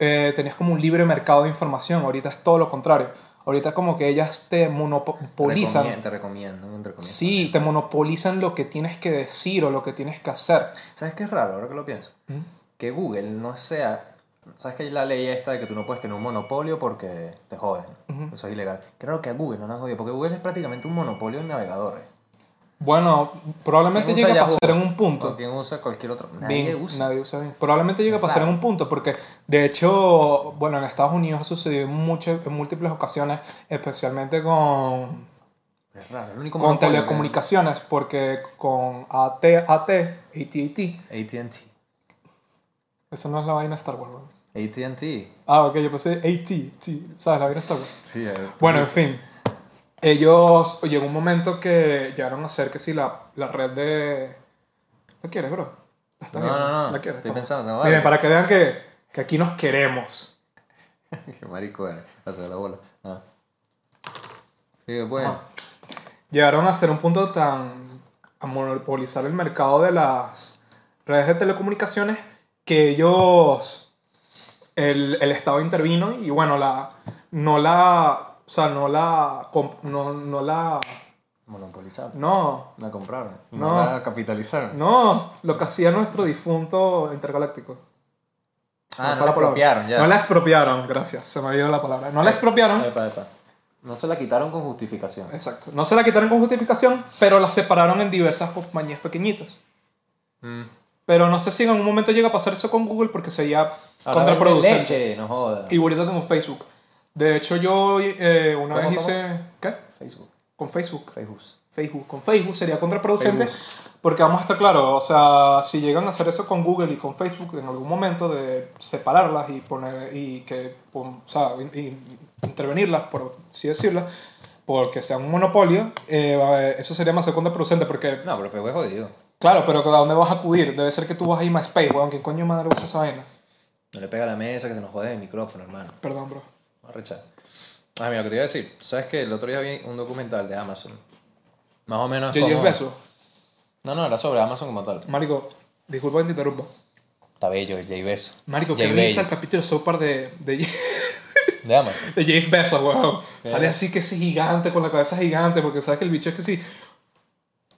eh, tenías como un libre mercado de información, ahorita es todo lo contrario, ahorita es como que ellas te Recomien- monopolizan, Te recomiendan, entre comillas. sí, te monopolizan lo que tienes que decir o lo que tienes que hacer. ¿Sabes qué es raro ahora que lo pienso? ¿Mm? Que Google no sea... ¿Sabes que hay la ley esta de que tú no puedes tener un monopolio porque te joden? Ujú. Eso es ilegal. Qué raro que a Google no la han jodido, porque Google es prácticamente un monopolio en navegadores. Bueno, probablemente ¿Quién llegue usa a Yahoo? pasar en un punto. O quien usa cualquier otro. Bing, Nadie usa. nadie usa Bing. Probablemente llegue a pasar Claro. en un punto, porque de hecho, bueno, en Estados Unidos ha sucedido en, muchas, en múltiples ocasiones, especialmente con... Es raro. El único con monopolio que- telecomunicaciones, porque con AT, AT, AT&T, AT&T. esa no es la vaina de Star Wars. weón. AT&T. Ah, ok, yo pensé AT&T, ¿sabes? La vaina de Star Wars. Sí, eh, Bueno, en fin. Ellos, llegó un momento que llegaron a ser que si la, la red de... ¿La quieres, bro? ¿La estás No, viendo? no, no. ¿La quieres? Estoy Toma. pensando, no, vale. Miren, para que vean que, que aquí nos queremos. Qué marico eres. Hacer la bola. Ah. Sí, bueno. Ajá. llegaron a ser un punto tan a monopolizar el mercado de las redes de telecomunicaciones que ellos el, el estado intervino y bueno la no la o sea no la comp- no, no la Monopolizaron. no La compraron. No. No. La capitalizaron. no lo que hacía nuestro difunto intergaláctico Se Ah, no me fue la palabra. apropiaron ya. Eh, no la expropiaron gracias se me ha ido la palabra no la expropiaron Epa, epa. No se la quitaron con justificación. exacto no se la quitaron con justificación pero la separaron en diversas compañías pequeñitas Mm. Pero no sé si en algún momento llega a pasar eso con Google porque sería Ahora venden contraproducente. Leche, no joda. Igualito como Facebook. De hecho, yo eh, ¿Cómo, una vez cómo? hice. ¿Qué? Facebook, Con Facebook. Facebook. Facebook. Con Facebook sería contraproducente porque vamos a estar claros. O sea, si llegan a hacer eso con Google y con Facebook en algún momento de separarlas y poner. y que. pon- o sea, in- in- intervenirlas, por así decirlo, porque sea un monopolio, eh, va a- eso sería más contraproducente porque No, pero Facebook es jodido. Claro, pero ¿a dónde vas a acudir? Debe ser que tú vas a ir a MySpace, weón. ¿Qué coño madre usa esa vaina? No le pega a la mesa que se nos jode el micrófono, hermano. Perdón, bro. Va a rechar. Ah, mira, lo que te iba a decir. Tú sabes que el otro día vi un documental de Amazon. Más o menos. Yo como- Beso. No, no, era sobre Amazon como tal. Marico, disculpa que te interrumpa. Está bello, Jay Beso. Marico, qué Jay risa Bello. el capítulo de South Park de... de... de Amazon. De Jeff Bezos, weón. Sale así que ese gigante, con la cabeza gigante, porque sabes que el bicho es que sí.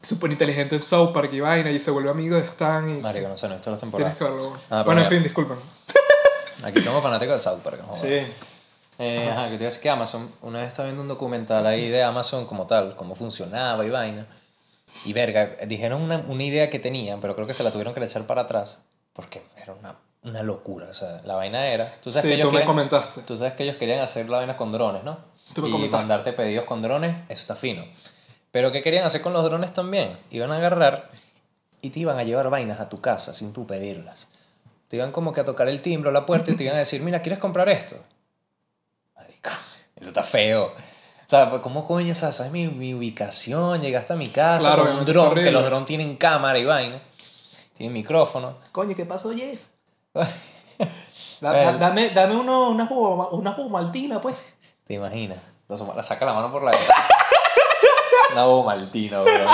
Súper inteligente en South Park y vaina, y se vuelve amigo de Stan. Y Marico, no sé, no he visto las tienes temporadas. que verlo, weón. Ah, pero bueno, en mira. fin, disculpen. Aquí somos fanáticos de South Park. no jodas. Sí. Eh, ajá, que te iba a decir que Amazon, una vez estaba viendo un documental ahí de Amazon como tal, cómo funcionaba y vaina. Y verga, dijeron una, una idea que tenían, pero creo que se la tuvieron que le echar para atrás, porque era una, una locura. O sea, la vaina era. Tú sabes, Sí, que ellos tú me quieren- comentaste. tú sabes que ellos querían hacer la vaina con drones, ¿no? Tú me y comentaste. mandarte pedidos con drones, eso está fino. Pero ¿qué querían hacer con los drones también? Iban a agarrar y te iban a llevar vainas a tu casa sin tú pedirlas. Te iban como que a tocar el timbre o la puerta y te iban a decir, mira, ¿quieres comprar esto? Marico, eso está feo. O sea, pues, ¿cómo coño? O sea, ¿sabes mi, mi ubicación? Llegaste a mi casa con Claro, un obviamente, dron, horrible. que los drones tienen cámara y vaina. Tienen micrófono. Coño, ¿qué pasó, Jeff? Da- da- dame dame uno, una, jugo, una maltina, pues. ¿Te imaginas? La asoma- la saca la mano por la Una bomba al tino, weón.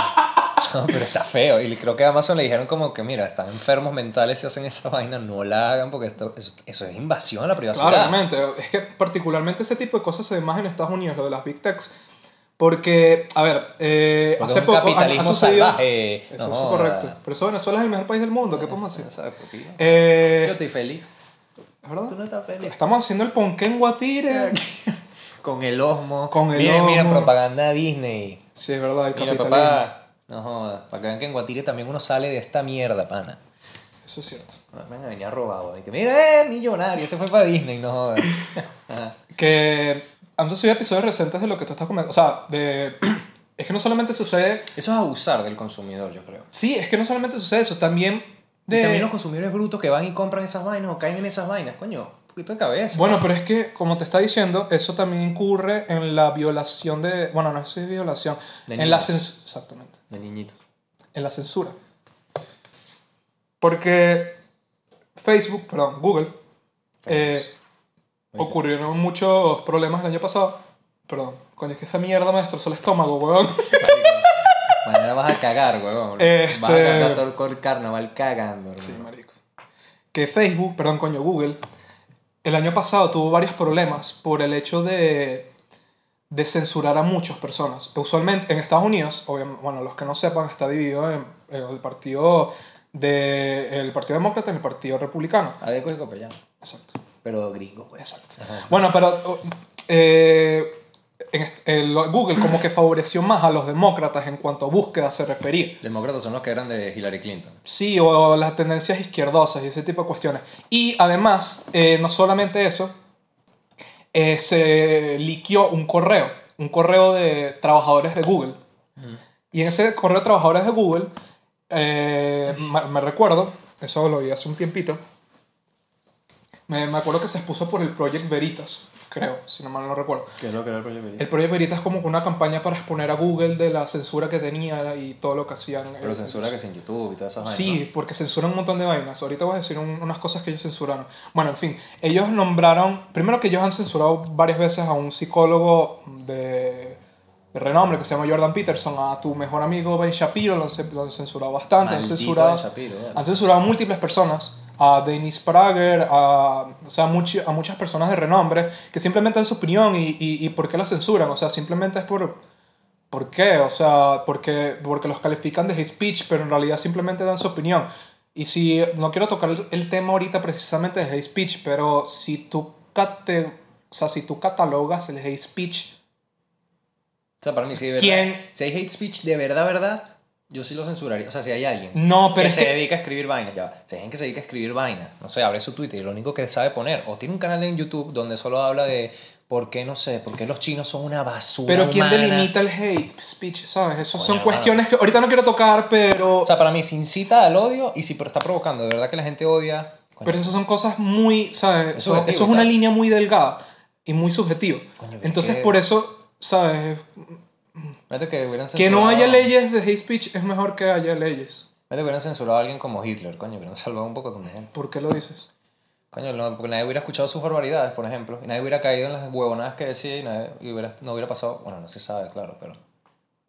No, pero está feo. Y creo que a Amazon le dijeron como que, mira, están enfermos mentales si hacen esa vaina, no la hagan porque esto, eso, eso es invasión a la privacidad. Claramente, es que particularmente ese tipo de cosas se ve más en Estados Unidos, lo de las Big Techs. Porque, a ver, eh, Porque es hace un poco ha- capitalismo ha sucedido. salvaje. Eso No es joda. correcto. Por eso Venezuela es el mejor país del mundo, ¿qué podemos hacer? Exacto, tío. Eh, Yo estoy feliz. ¿es ¿verdad? Tú no estás feliz. Estamos haciendo el ponquén Eh. guatire. Con el osmo. Con el Miren, Mira, osmo. propaganda Disney. Sí, es verdad, el Mira, capitalismo. papá. No jodas. Para que vean que en Guatire también uno sale de esta mierda, pana. Eso es cierto. Me van a venir a robar, weón. Y que, mira, eh, millonario, se fue para Disney, no jodas. Que han sucedido episodios recientes de lo que tú estás comentando. O sea, de... es que no solamente sucede. Eso es abusar del consumidor, yo creo. Sí, es que no solamente sucede eso, también. De... De... también los consumidores brutos que van y compran esas vainas o caen en esas vainas, coño, un poquito de cabeza. Bueno, pero es que, como te está diciendo, eso también incurre en la violación de. Bueno, no sé si es violación. De en la niños. censura. Exactamente. De niñito. En la censura. Porque Facebook, perdón, Google, eh, ocurrieron muchos problemas el año pasado. Perdón, coño, es que esa mierda me destrozó el estómago, weón. Mañana vas a cagar, weón. Este- Vas a cagar todo el carnaval cagando, hermano. Sí, marico. Que Facebook, perdón, coño, Google, el año pasado tuvo varios problemas por el hecho de, de censurar a muchas personas. Usualmente en Estados Unidos, obviam- bueno, los que no sepan, está dividido en, en el partido de el partido demócrata y el partido republicano. Adeco y copellán. Exacto. Pero gringo, pues. Exacto. Bueno, pero o- eh, en est- el- Google como que favoreció más a los demócratas en cuanto a búsqueda se refería. Demócratas son los que eran de Hillary Clinton. Sí, o las tendencias izquierdosas y ese tipo de cuestiones. Y además, eh, no solamente eso, eh, se liqueó un correo, un correo de trabajadores de Google. Mm. Y en ese correo de trabajadores de Google, eh, me me recuerdo, eso lo vi hace un tiempito, me, me acuerdo que se expuso por el Project Veritas, creo, si no mal no recuerdo. Que es lo que era el proyecto. El Project Veritas es como una campaña para exponer a Google de la censura que tenía y todo lo que hacían. Pero eh, censura que sin YouTube y todas esas vainas. Sí, porque censuran un montón de vainas. Ahorita voy a decir un- unas cosas que ellos censuraron. Bueno, en fin, ellos nombraron, primero que ellos han censurado varias veces a un psicólogo de, de renombre que se llama Jordan Peterson, a tu mejor amigo Ben Shapiro, lo han, cen- lo han censurado ¿no? bastante, han Maldito censurado, de Shapiro, vale. han censurado a múltiples personas, a Dennis Prager, a, o sea, muchi- a muchas personas de renombre, que simplemente dan su opinión y, y, y por qué la censuran, o sea, simplemente es por... ¿Por qué? O sea, porque, porque los califican de hate speech, pero en realidad simplemente dan su opinión. Y si, no quiero tocar el- el tema ahorita precisamente de hate speech, pero si tú, cate, o sea, si tú catalogas el hate speech, O sea, para mí sí, de verdad. ¿Quién? Si hay hate speech de verdad, verdad, yo sí lo censuraría. O sea, si hay alguien. no, pero que es se que... dedica a escribir vainas, ya va. Si hay gente que se dedica a escribir vainas, no sé, abre su Twitter y lo único que sabe poner, o tiene un canal en YouTube donde solo habla de por qué, no sé, por qué los chinos son una basura Pero ¿quién humana. delimita el hate speech? ¿Sabes? Esas son Coño, cuestiones que ahorita no quiero tocar, pero... O sea, para mí, si incita al odio y si pero está provocando de verdad que la gente odia... coño, Pero esas son cosas muy, ¿sabes? Es Eso, subjetivo, eso es una claro. línea muy delgada y muy subjetiva. Coño, pero Entonces, qué- por eso, ¿sabes? imagínate que, hubieran Que no censurado- haya leyes de hate speech es mejor que haya leyes. Imagínate que hubieran censurado a alguien como Hitler, coño, hubieran salvado un poco de gente. ¿Por qué lo dices? Coño, no, porque nadie hubiera escuchado sus barbaridades, por ejemplo, y nadie hubiera caído en las huevonadas que decía y, nadie- y hubiera- no hubiera pasado... Bueno, no se sabe, claro, pero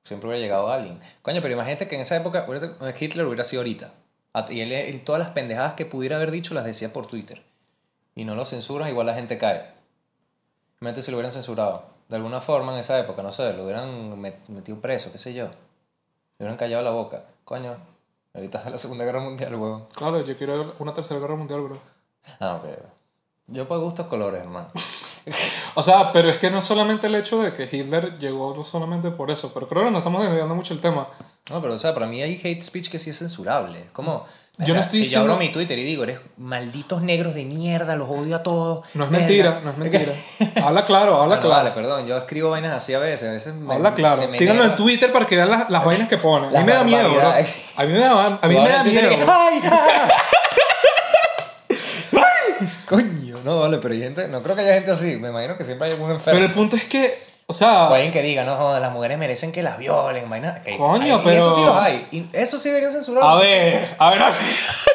siempre hubiera llegado alguien. Coño, pero imagínate que en esa época hubiera- eh, Hitler hubiera sido ahorita. A- Y él en todas las pendejadas que pudiera haber dicho las decía por Twitter. Y no lo censuran, igual la gente cae. Mente si lo hubieran censurado. De alguna forma en esa época, no sé, lo hubieran met- metido preso, qué sé yo. Le hubieran callado la boca. Coño, ahorita es la Segunda Guerra Mundial, huevón. Claro, yo quiero una tercera guerra mundial, bro. Ah, ok. Yo para gustos colores, hermano. O sea, pero es que no solamente el hecho de que Hitler llegó, no solamente por eso, pero creo que no estamos desviando mucho el tema. No, pero o sea, para mí hay hate speech que sí es censurable. Es como, Yo no verga, estoy si yo diciendo- abro mi Twitter y digo, eres malditos negros de mierda, los odio a todos. No es verga". mentira, no es mentira. Habla claro, habla Bueno, claro. vale, perdón, yo escribo vainas así a veces, a veces me- Habla se claro. me Síganlo nega. en Twitter para que vean las, las vainas que pone. A mí Las me da miedo, bro. A barbaridades. mí me da, a mí me Ahora da en Twitter miedo. que- bro. ¡Ay! ¡Ah! Coño, no, vale, pero hay gente, no creo que haya gente así, me imagino que siempre hay algún enfermo. Pero el punto es que, o O sea, alguien que diga, no, joder, las mujeres merecen que las violen, vaina. que- Coño, y pero- Eso sí los hay. y eso sí deberían censurar. a ver, a ver, a ver. es,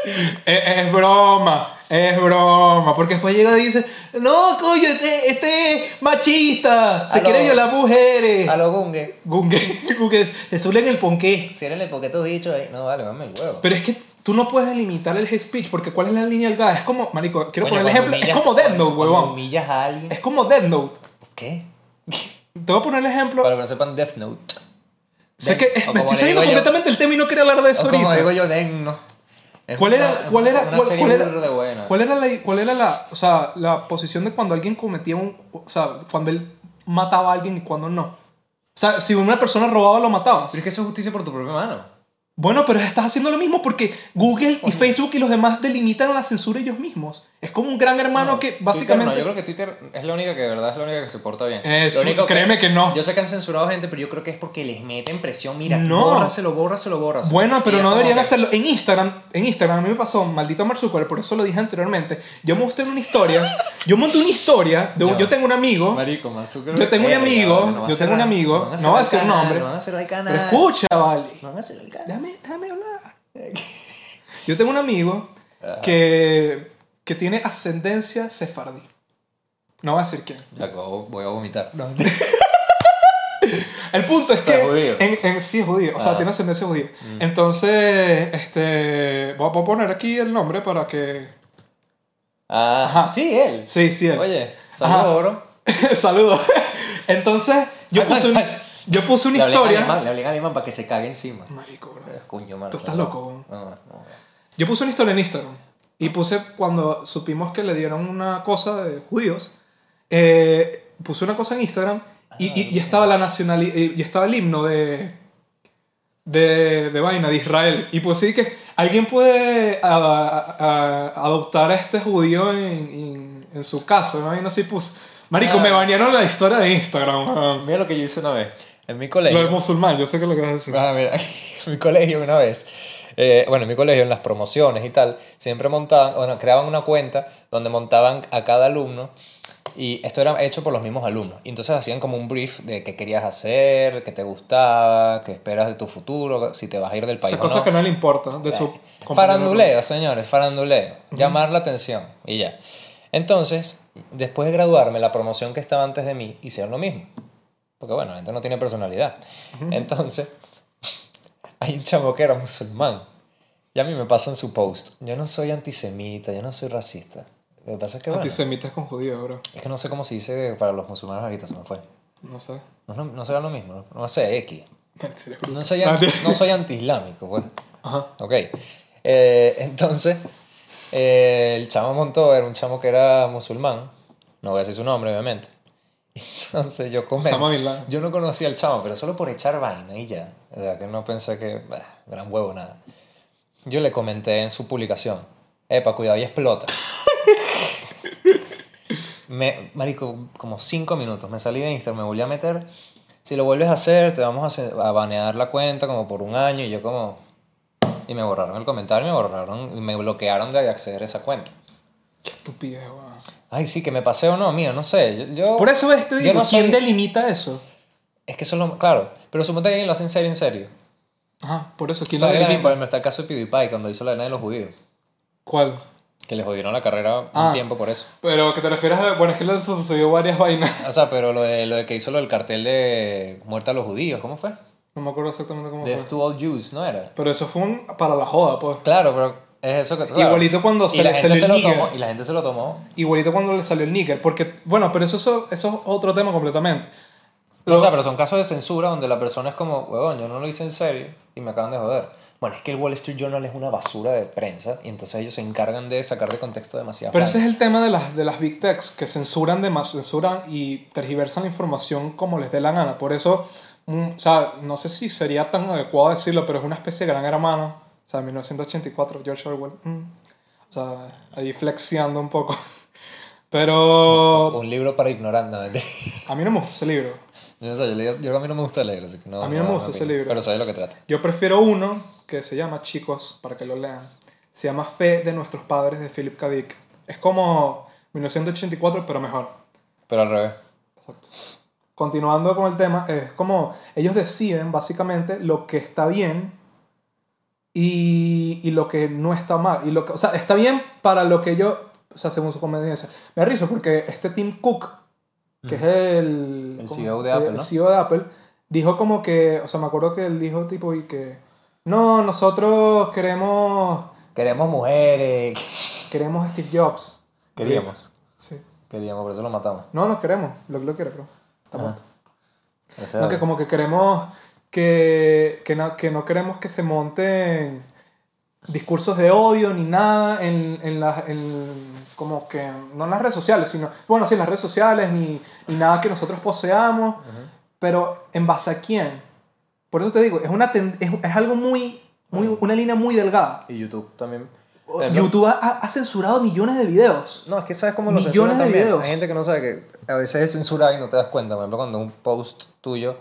es broma, es broma. Porque después llega y dice, No, coño, este, este es machista. Se Aló. quiere violar mujeres. A los gungue. Gunge, Gunge. Se suelen el ponqué. Ciérrale porque tú dicho ahí. No, vale, mame el huevo. Pero es que tú no puedes delimitar el hate speech porque ¿cuál es la línea delgada? Es como, marico, quiero Coño, poner el cuando ejemplo. Es humillas- como Death Note, cuando huevón. humillas a alguien. Es como Death Note. ¿Qué? Te voy a poner el ejemplo. Para que no sepan Death Note. sé Death- que o es- como me le estoy saliendo digo yo- completamente el tema y no quería hablar de O eso como ahorita. digo yo, Den, no. Es ¿Cuál era, una- cuál era, una cuál, serie cuál era, burda de buena. cuál era la, cuál era la, o sea, la posición de cuando alguien cometía un, o sea, cuando él mataba a alguien y cuando no? O sea, si una persona robaba, lo matabas. Pero es que eso es justicia por tu propia mano. Bueno, pero estás haciendo lo mismo porque Google y Facebook y los demás delimitan la censura ellos mismos. Es como un gran hermano No, que Twitter básicamente... no, yo creo que Twitter es la única que de verdad es la única que se porta bien. Es- Lo único créeme que no. Yo sé que han censurado gente, pero yo creo que es porque les meten presión. Mira, No. bórraselo, bórraselo, bórraselo. Bueno, pero Y es no como deberían que- hacerlo. En Instagram, en Instagram a mí me pasó, maldito Mark Zuckerberg, por eso lo dije anteriormente. Yo monté una historia, yo monté una historia, de un- Ya. yo tengo un amigo, Marico, Mark Zuckerberg- Yo tengo un Verga, amigo, vale, no va yo a ser tengo un al- amigo, van no va a ser decir al canal, nombre. No van a ser al canal. pero escucha, vale. No van a ser al canal. Déjame, déjame hablar. Yo tengo un amigo que, que tiene ascendencia sefardí. No voy a decir quién. Ya, acabo- voy a vomitar. El punto es O sea, que. judío. En, en- sí, es judío. O sea, Ah. tiene ascendencia judía. Entonces, este. Voy a voy a poner aquí el nombre para que. Ajá. Ah, Sí, él. Sí, sí, él. Oye, Ajá. saludos, bro. Saludos. Entonces, yo Ay, puse, ay, un- ay. yo puse una Le hablé en historia. alemán, le hablé en alemán para que se cague encima. Marico, bro. Coño, mano. Tú estás loco, No, no, no. Yo puse una historia en Instagram y puse cuando supimos que le dieron una cosa de judíos, eh, puse una cosa en Instagram y, y- Ah. y estaba la nacionali- eh, y estaba el himno de, de de vaina de Israel y puse que alguien puede a- a- a- adoptar a este judío en, en- en su casa, ¿no? Y no sé, puse. Marico, Ah. me banearon la historia de Instagram. weón. Mira lo que yo hice una vez. En mi Lo del colegio. musulmán, yo sé que lo que vas a decir. Ah, mira, en mi colegio una vez. eh, bueno, en mi colegio, en las promociones y tal, siempre montaban, bueno, creaban una cuenta donde montaban a cada alumno. Y esto era hecho por los mismos alumnos. Y entonces hacían como un brief de qué querías hacer, qué te gustaba, qué esperas de tu futuro, si te vas a ir del O país. sea, o cosas no. que no le importan de su compañero de Faranduleo, señores, faranduleo. Llamar la atención y ya. Entonces, después de graduarme, la promoción que estaba antes de mí hicieron lo mismo. Porque bueno, la gente no tiene personalidad. Entonces, hay un chamo que era musulmán. Y a mí me pasa en su post. Yo no soy antisemita, yo no soy racista. Lo que pasa es que, bueno, Antisemitas con judíos, bro. es que no sé cómo se dice para los musulmanes ahorita, se me fue. No sé. No, es lo- no será lo mismo, no, No sé, X. En serio. No soy, anti- no soy anti-islámico, pues. Ah, Ajá. Ok. Eh, entonces, eh, el chamo montó, era un chamo que era musulmán. No voy a decir su nombre, obviamente. Entonces yo Osama comento. Bin Laden. Yo no conocía al chamo, pero solo por echar vaina y ya. O sea, que no pensé que. bah, gran huevo, nada. Yo le comenté en su publicación. Epa, cuidado, y explota. Me, marico, como cinco minutos. Me salí de Instagram, me volví a meter. Si lo vuelves a hacer, te vamos a, ce- a banear la cuenta como por un año. Y yo como... Y me borraron el comentario, me borraron, me bloquearon de acceder a esa cuenta. Qué estupidez, weón. Ay, sí, que me pasé o no, mío, no sé. Yo, yo- Por eso ves, te Yo digo, no soy- ¿quién delimita eso? Es que eso es lo... Claro, pero suponte que alguien lo hace en serio, en serio. Ajá, por eso, ¿quién lo Por delimita? ejemplo, está el caso de PewDiePie cuando hizo la arena de los judíos. ¿Cuál? Que les jodieron la carrera un Ah. tiempo por eso. Pero que te refieres a... Bueno, es que le han sucedido varias vainas. O sea, pero lo de, lo de que hizo lo del cartel de muerte a los judíos, ¿cómo fue? No me acuerdo exactamente cómo Death fue. to all Jews, ¿no era? Pero eso fue un... para la joda, pues. Claro, pero Es eso que Igualito cuando se y la le gente salió se el lo níquel. tomó. Y la gente se lo tomó. Igualito cuando le salió el níquel. Porque, bueno, pero eso, eso, eso es otro tema completamente. O sea, pero son casos de censura donde la persona es como, huevón, yo no lo hice en serio y me acaban de joder. Bueno, es que el Wall Street Journal es una basura de prensa y entonces ellos se encargan de sacar de contexto demasiado. Pero ese es el tema de las, de las big techs, que censuran de más, censuran y tergiversan la información como les dé la gana. Por eso, mm, o sea, no sé si sería tan adecuado decirlo, pero es una especie de gran hermano. O sea, 1984, George Orwell. mm. O sea, ahí flexiando un poco. Pero Un libro para ignorantes. a mí no me gustó ese libro. Yo no sé, yo, leí- yo- a mí no me gusta leer, así que no. A mí no me gusta opino. ese libro. Pero sabes lo que trata. Yo prefiero uno que se llama, chicos, para que lo lean. Se llama Fe de nuestros padres de Philip K. Dick. Es como 1984, pero mejor. Pero al revés. Exacto. Continuando con el tema, es como ellos deciden básicamente lo que está bien y, y lo que no está mal. Y lo que, o sea, está bien para lo que ellos, o sea, según su conveniencia. Me da risa porque este Tim Cook, que es el, El ¿cómo? CEO de Eh, Apple, el ¿no? CEO de Apple, dijo como que, o sea, me acuerdo que él dijo tipo y que, no, nosotros queremos, Queremos mujeres. queremos Steve Jobs. Queríamos. Sí. Queríamos, por eso lo matamos. No, no queremos, lo que lo quiere, pero está Ajá. muerto. Ese No, que es- como que queremos que, que, no, que no queremos que se monten discursos de odio ni nada en, en las en- como que no en las redes sociales sino bueno sí en las redes sociales ni, ni nada que nosotros poseamos Ujú. pero en base a quién por eso te digo es una ten- es, es algo muy muy una línea muy delgada Y YouTube también. YouTube ha, ha censurado millones de videos No, es que sabes cómo lo censuran Millones de también. videos. Hay gente que no sabe que a veces es censurado y no te das cuenta. Por ejemplo, cuando un post tuyo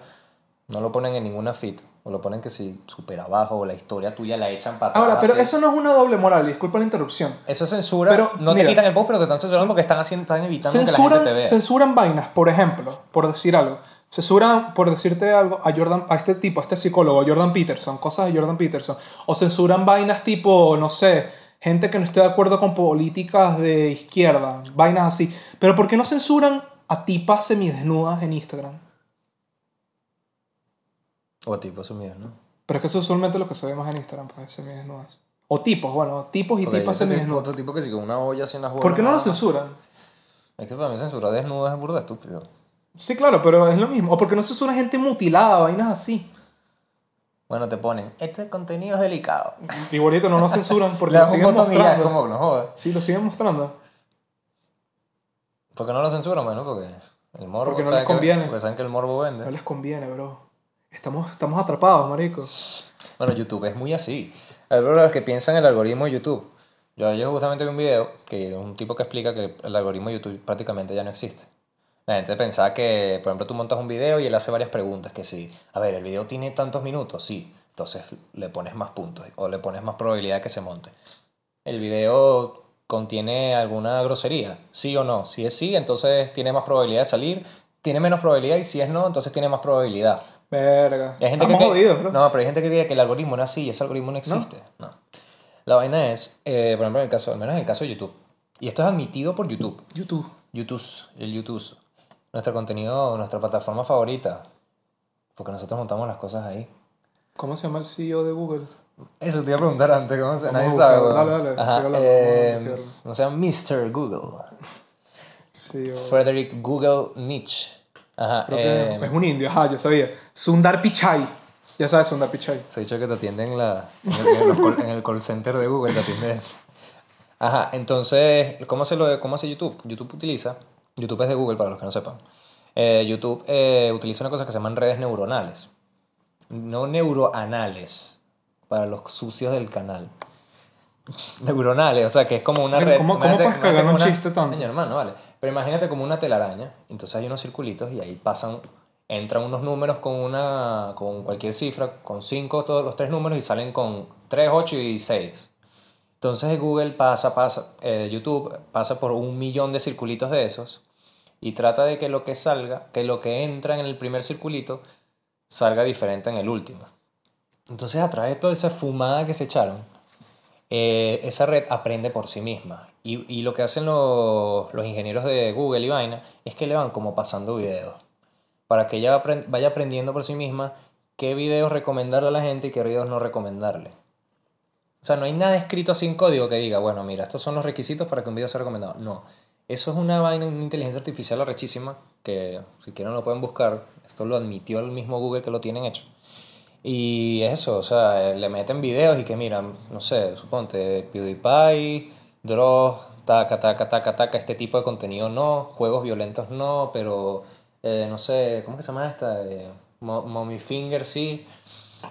no lo ponen en ninguna feed. O lo ponen que si super abajo o la historia tuya la echan para ahora atrás, pero así. eso no es una doble moral disculpa la interrupción Eso es censura. Pero, no mira. te quitan el post, pero te están censurando porque están, haciendo, están evitando que la gente te censuran, vea. censuran vainas, por ejemplo, por decir algo. Censuran, por decirte algo, a Jordan, a este tipo, a este psicólogo, Jordan Peterson, cosas de Jordan Peterson. O censuran vainas tipo, no sé, gente que no esté de acuerdo con políticas de izquierda, vainas así. Pero ¿por qué no censuran a tipas semidesnudas en Instagram? O tipo, eso mío, ¿no? Pero es que eso es usualmente lo que se ve más en Instagram, pues, semidesnudas. O tipos, bueno, tipos y Porque tipas yo ah. creo que es semidesnudas. Otro tipo que si con una olla así en las bolas. ¿Por qué no nada lo más. censuran? Es que para mí censurar desnudo es burda estúpido. Sí, claro, pero es lo mismo. O porque no censuran gente mutilada, vainas así. Bueno, te ponen, este contenido es delicado. Igualito no lo censuran porque Le lo das un siguen botón y ya, es mostrando. como que no jodas. Sí, lo siguen mostrando. ¿Por qué no lo censuran? Bueno, porque el morbo. Porque no ¿sabes les que- conviene. Porque saben que el morbo vende. No les conviene, bro. Estamos, estamos atrapados, marico. Bueno, YouTube es muy así. Hay personas que piensan el algoritmo de YouTube. Yo ayer justamente vi un video que un tipo que explica que el algoritmo de YouTube prácticamente ya no existe. La gente pensaba que, por ejemplo, tú montas un video y él hace varias preguntas, que sí, a ver, el video tiene tantos minutos, sí, entonces le pones más puntos o le pones más probabilidad de que se monte. El video contiene alguna grosería, sí o no, si es sí, entonces tiene más probabilidad de salir, tiene menos probabilidad y si es no, entonces tiene más probabilidad. Verga. Y hay gente Estamos que cree- jodidos, bro. No, pero hay gente que cree que el algoritmo no es así y ese algoritmo no existe. No. La vaina es, eh, por ejemplo, en el caso, al menos en el caso de YouTube. Y esto es admitido por YouTube. YouTube. YouTube, el YouTube. Nuestro contenido, nuestra plataforma favorita. Porque nosotros montamos las cosas ahí. ¿Cómo se llama el CEO de Google? Eso te iba a preguntar antes, ¿cómo se Vamos Nadie a sabe. buscarlo. weón. Dale, dale, Ajá, síguelo, eh, vamos a decirlo. no sea Mr. Google. CEO. Frederick Google Nietzsche. Ajá. E Creo que eh, es un indio, ajá, ya sabía. Sundar Pichai. Ya sabes, Sundar Pichai. Se ha dicho que te atienden en, la, en, el, en los call- en el call center de Google, te atienden. Ajá, entonces, ¿cómo hace, lo de- cómo hace YouTube? YouTube utiliza, YouTube es de Google para los que no sepan, Eh, YouTube eh, utiliza una cosa que se llaman redes neuronales, no neuroanales, para los sucios del canal. Neuronales, o sea, que es como una Ven, red... ¿cómo- cómo imagínate- puedes cagar imagínate como un una- chiste tanto? Coño, hermano, vale. Pero imagínate como una telaraña, entonces hay unos circulitos y ahí pasan, entran unos números con una, con cualquier cifra, con cinco, todos los tres números y salen con 3, 8 y 6. Entonces Google pasa, pasa, eh, YouTube pasa por un millón de circulitos de esos y trata de que lo que salga, que lo que entra en el primer circulito salga diferente en el último. Entonces a través de toda esa fumada que se echaron, eh, esa red aprende por sí misma. Y, y lo que hacen los, los ingenieros de Google y vaina es que le van como pasando videos. Para que ella apren- vaya aprendiendo por sí misma qué videos recomendarle a la gente y qué videos no recomendarle. O O sea, no hay nada escrito así en código que diga, bueno, mira, estos son los requisitos para que un video sea recomendado. No. Eso es una vaina, una inteligencia artificial arrechísima, que si quieren lo pueden buscar. Esto lo admitió el mismo Google que lo tienen hecho. Y es eso, o sea, le meten videos y que mira, no sé, suponte PewDiePie, Dross, taca, taca, taca, taca, este tipo de contenido no, juegos violentos no, pero eh, no sé, ¿cómo que se llama esta? Eh, Mo- Mommy Finger sí.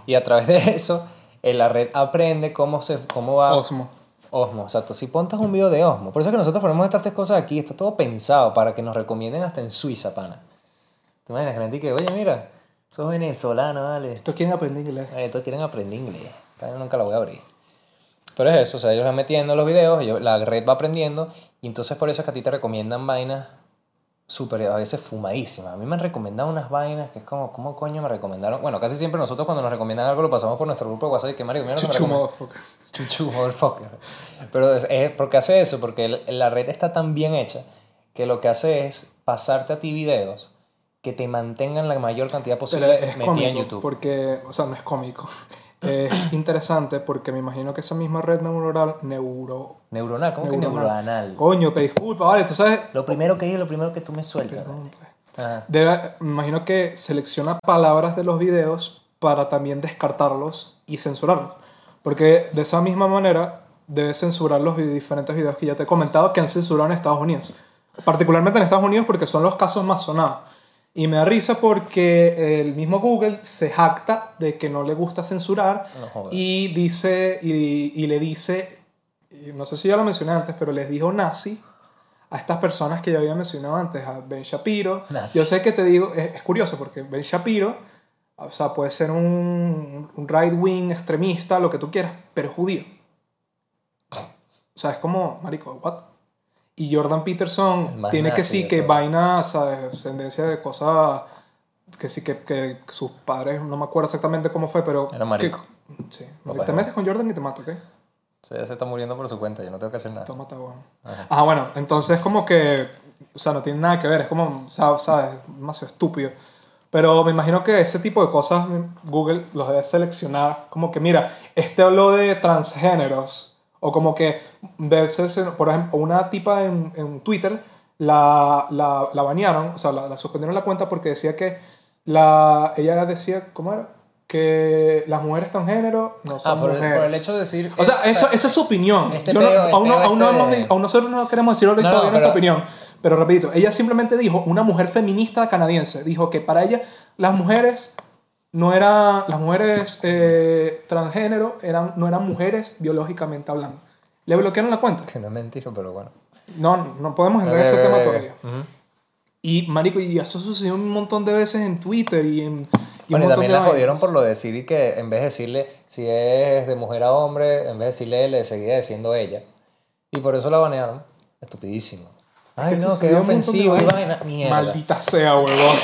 Y a través de eso, eh, la red aprende cómo, se, cómo va Osmo. Osmo, exacto. Si pontas un video de Osmo, por eso es que nosotros ponemos estas tres cosas aquí, está todo pensado para que nos recomienden hasta en Suiza, pana. ¿Te imaginas, que la gente que, oye, mira, sos venezolano, dale. ¿Esto quién aprende inglés? Ay, Estos Eh, quieren aprender inglés. Esta vaina nunca la voy a abrir. Pero es eso, o sea, ellos van metiendo los videos, ellos- la red va aprendiendo, y entonces por eso es que a ti te recomiendan vainas súper, a veces fumadísimas. A mí me han recomendado unas vainas que es como, ¿cómo coño me recomendaron? Bueno, casi siempre nosotros cuando nos recomiendan algo lo pasamos por nuestro grupo de WhatsApp y que Mario, mira lo que me Chuchu, recomendó". motherfucker. Chuchu, motherfucker. Pero es, es porque hace eso, porque el- la red está tan bien hecha que lo que hace es pasarte a ti videos que te mantengan la mayor cantidad Pero posible es metida en cómico, YouTube. porque, o sea, no es cómico. Es interesante porque me imagino que esa misma red neuronal, neuro, Neuronal, ¿cómo que neuronal? Coño, pero disculpa, vale, tú sabes. Lo primero que digo, lo primero que tú me sueltas. Perdón, pues. Ajá. Debe- me imagino que selecciona palabras de los videos para también descartarlos y censurarlos. Porque de esa misma manera debe censurar los vi- diferentes videos que ya te he comentado que han censurado en Estados Unidos. Particularmente en Estados Unidos porque son los casos más sonados. Y me da risa porque el mismo Google se jacta de que no le gusta censurar No jodas. y dice y, y le dice, y no sé si ya lo mencioné antes, pero les dijo nazi a estas personas que ya había mencionado antes, a Ben Shapiro. Nazi. Yo sé que te digo, es, es curioso porque Ben Shapiro, o sea, puede ser un, un right wing extremista, lo que tú quieras, pero es judío. O sea, es como, marico, what? Y Jordan El Peterson más tiene que nazi sí, de que todos. vaina, ¿sabes? Descendencia de cosas que sí, que, que sus padres, no me acuerdo exactamente cómo fue, pero... Era marico. que- sí. Papá te era metes con Jordan y te mato, ¿ok? Sí, ya se está muriendo por su cuenta, yo no tengo que hacer nada. Toma, weón. Ajá. Ah, bueno, entonces como que, o sea, no tiene nada que ver, es como, sa- ¿sabes? Demasiado estúpido. Pero me imagino que ese tipo de cosas Google los debe seleccionar, como que, mira, este habló de transgéneros, o como que, debe seleccionar- por ejemplo, una tipa en, en Twitter la, la, la banearon, o sea, la, la suspendieron la cuenta porque decía que la, ella decía, ¿cómo era? Que las mujeres transgénero no son Ah, por el, mujeres. por el hecho de decir. O sea, eso, esa es su opinión. este Yo no- peo- aún, no- el peo aún no este hemos de- di- aún nosotros no queremos decir No, ahorita no, todavía nuestra pero- opinión. Pero repito, ella simplemente dijo, una mujer feminista canadiense, dijo que para ella las mujeres no eran, las mujeres eh, transgénero eran, no eran mujeres biológicamente hablando. Le bloquearon la cuenta. Que no es mentira, pero bueno. No, no podemos entrar en ese Eh, tema todavía. ujú. Y marico, y eso sucedió un montón de veces en Twitter y en... y un Bueno, y montón también la de jodieron vainas. por lo de decir y que en vez de decirle si es de mujer a hombre, en vez de decirle él, le seguía diciendo ella. Y por eso la banearon. Estupidísimo. Ay, Que no, qué sucedió un montón de ofensivo y vainas. vaina. Mierda. Maldita sea, huevón.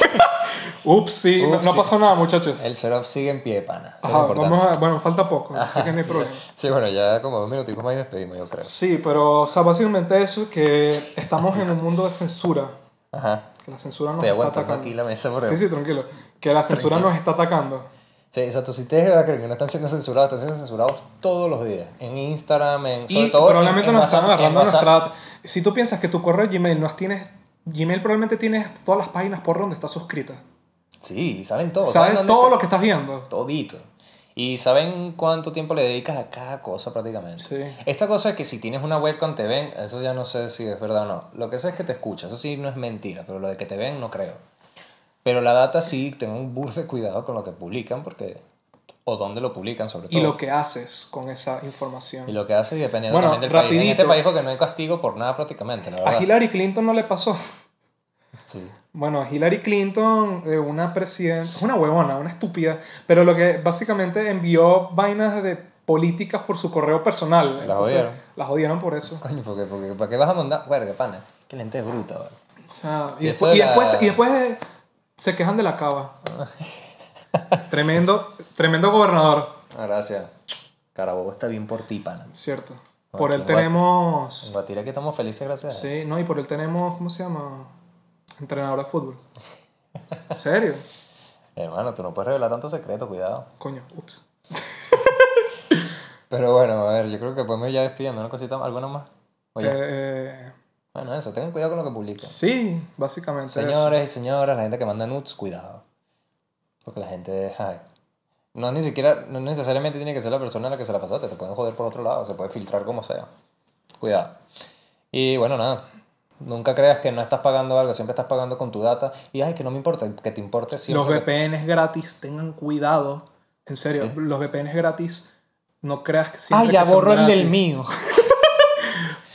Upsi, no, no Upsi. pasó nada, muchachos. El setup sigue en pie, pana. Eso es Ajá, lo importante. vamos a, bueno, falta poco, así que no hay problema. Sí, bueno, ya como dos minutitos más y despedimos, yo creo. Sí, pero o sea, básicamente eso, que estamos en un mundo de censura, Ajá. que la censura nos Estoy está aguantando atacando. aquí la mesa por Sí, sí, tranquilo, que la censura nos está atacando. Sí, exacto. Si ustedes van a creer que no están siendo censurados, están siendo censurados todos los días. En Instagram, en. Sobre Y todo probablemente en- en nos están WhatsApp, en agarrando WhatsApp. nuestra... Si tú piensas que tu correo Gmail no tienes... Gmail probablemente tienes todas las páginas por donde estás suscrita. Sí, saben todo. Sabes dónde todo está- lo que estás viendo. Todito. Y saben cuánto tiempo le dedicas a cada cosa prácticamente. Sí. Esta cosa es que si tienes una webcam te ven, eso ya no sé si es verdad o no. Lo que sé es que te escucha, eso sí no es mentira, pero lo de que te ven no creo. Pero la data sí, tengo un burro de cuidado con lo que publican porque... O dónde lo publican sobre todo. Y lo que haces con esa información. Y lo que hace dependiendo Bueno, también del país. En rapidito. este país porque no hay castigo por nada prácticamente, la verdad. A Hillary Clinton no le pasó. Sí. Bueno, Hillary Clinton, eh, una presidenta, es una huevona, una estúpida, pero lo que básicamente envió vainas de políticas por su correo personal. La Entonces, jodieron. La jodieron por eso. Coño, porque, porque, ¿para qué vas a mandar? Verga, pana. Que la gente es bruta, ¿vale? O sea, y, Y eso después, y era- después, y después, eh, se quejan de la cava. tremendo, tremendo gobernador, Ah, Gracias. Carabobo está bien por ti, pana. cierto. Ah, Por él qué guay. En tenemos... Guatire que estamos felices gracias a él. Sí, no, y por él tenemos, ¿cómo se llama? Entrenador de fútbol. ¿En serio? Hermano, tú no puedes revelar tantos secretos, cuidado. Coño, ups. Pero bueno, a ver, yo creo que podemos ir ya despidiendo. ¿Una cosita, alguna más? O ya. Eh, Bueno, eso, tengan cuidado con lo que publican. sí, básicamente. eso. Señores y señoras, la gente que manda nudes, cuidado. Porque la gente, ay, no ni siquiera, no necesariamente tiene que ser la persona a la que se la pasaste, te pueden joder por otro lado, se puede filtrar como sea. Cuidado. Y bueno, nada. Nunca creas que no estás pagando algo, siempre estás pagando con tu data. Y ay, que no me importa, que te importe Los siempre. lo que- VPNs gratis, tengan cuidado. En serio, Sí. los VPNs gratis, no creas que siempre. Ay, ya que son borro el del gratis. mío.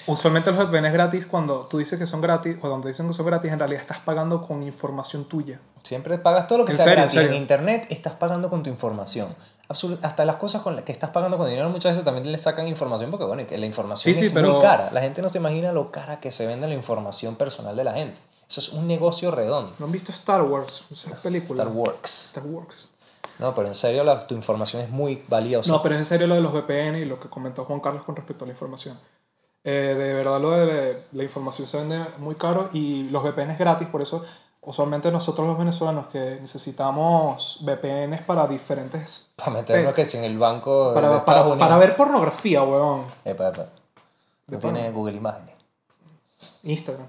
Usualmente los VPNs gratis, cuando tú dices que son gratis o cuando dicen que son gratis, en realidad estás pagando con información tuya. Siempre pagas todo lo que En sea serio, en gratis. En, serio. internet estás pagando con tu información. Absolu- hasta las cosas con las que estás pagando con dinero muchas veces también le sacan información porque bueno, y que la información Sí, sí, es pero- muy cara. La gente no se imagina lo cara que se vende la información personal de la gente. Eso es un negocio redondo. ¿No han visto Star Wars? Esa película. Star Wars. Star Wars. No, pero en serio la- tu información es muy valiosa. No, pero es en serio lo de los VPN y lo que comentó Juan Carlos con respecto a la información. Eh, de verdad lo de la información se vende muy caro y los VPN es gratis, por eso usualmente nosotros los venezolanos que necesitamos VPNs para diferentes... para meternos que si en el banco de Eh. Para, Estados para, Unidos. para ver pornografía, huevón. Epa, epa. No De tiene Google Imágenes. Instagram.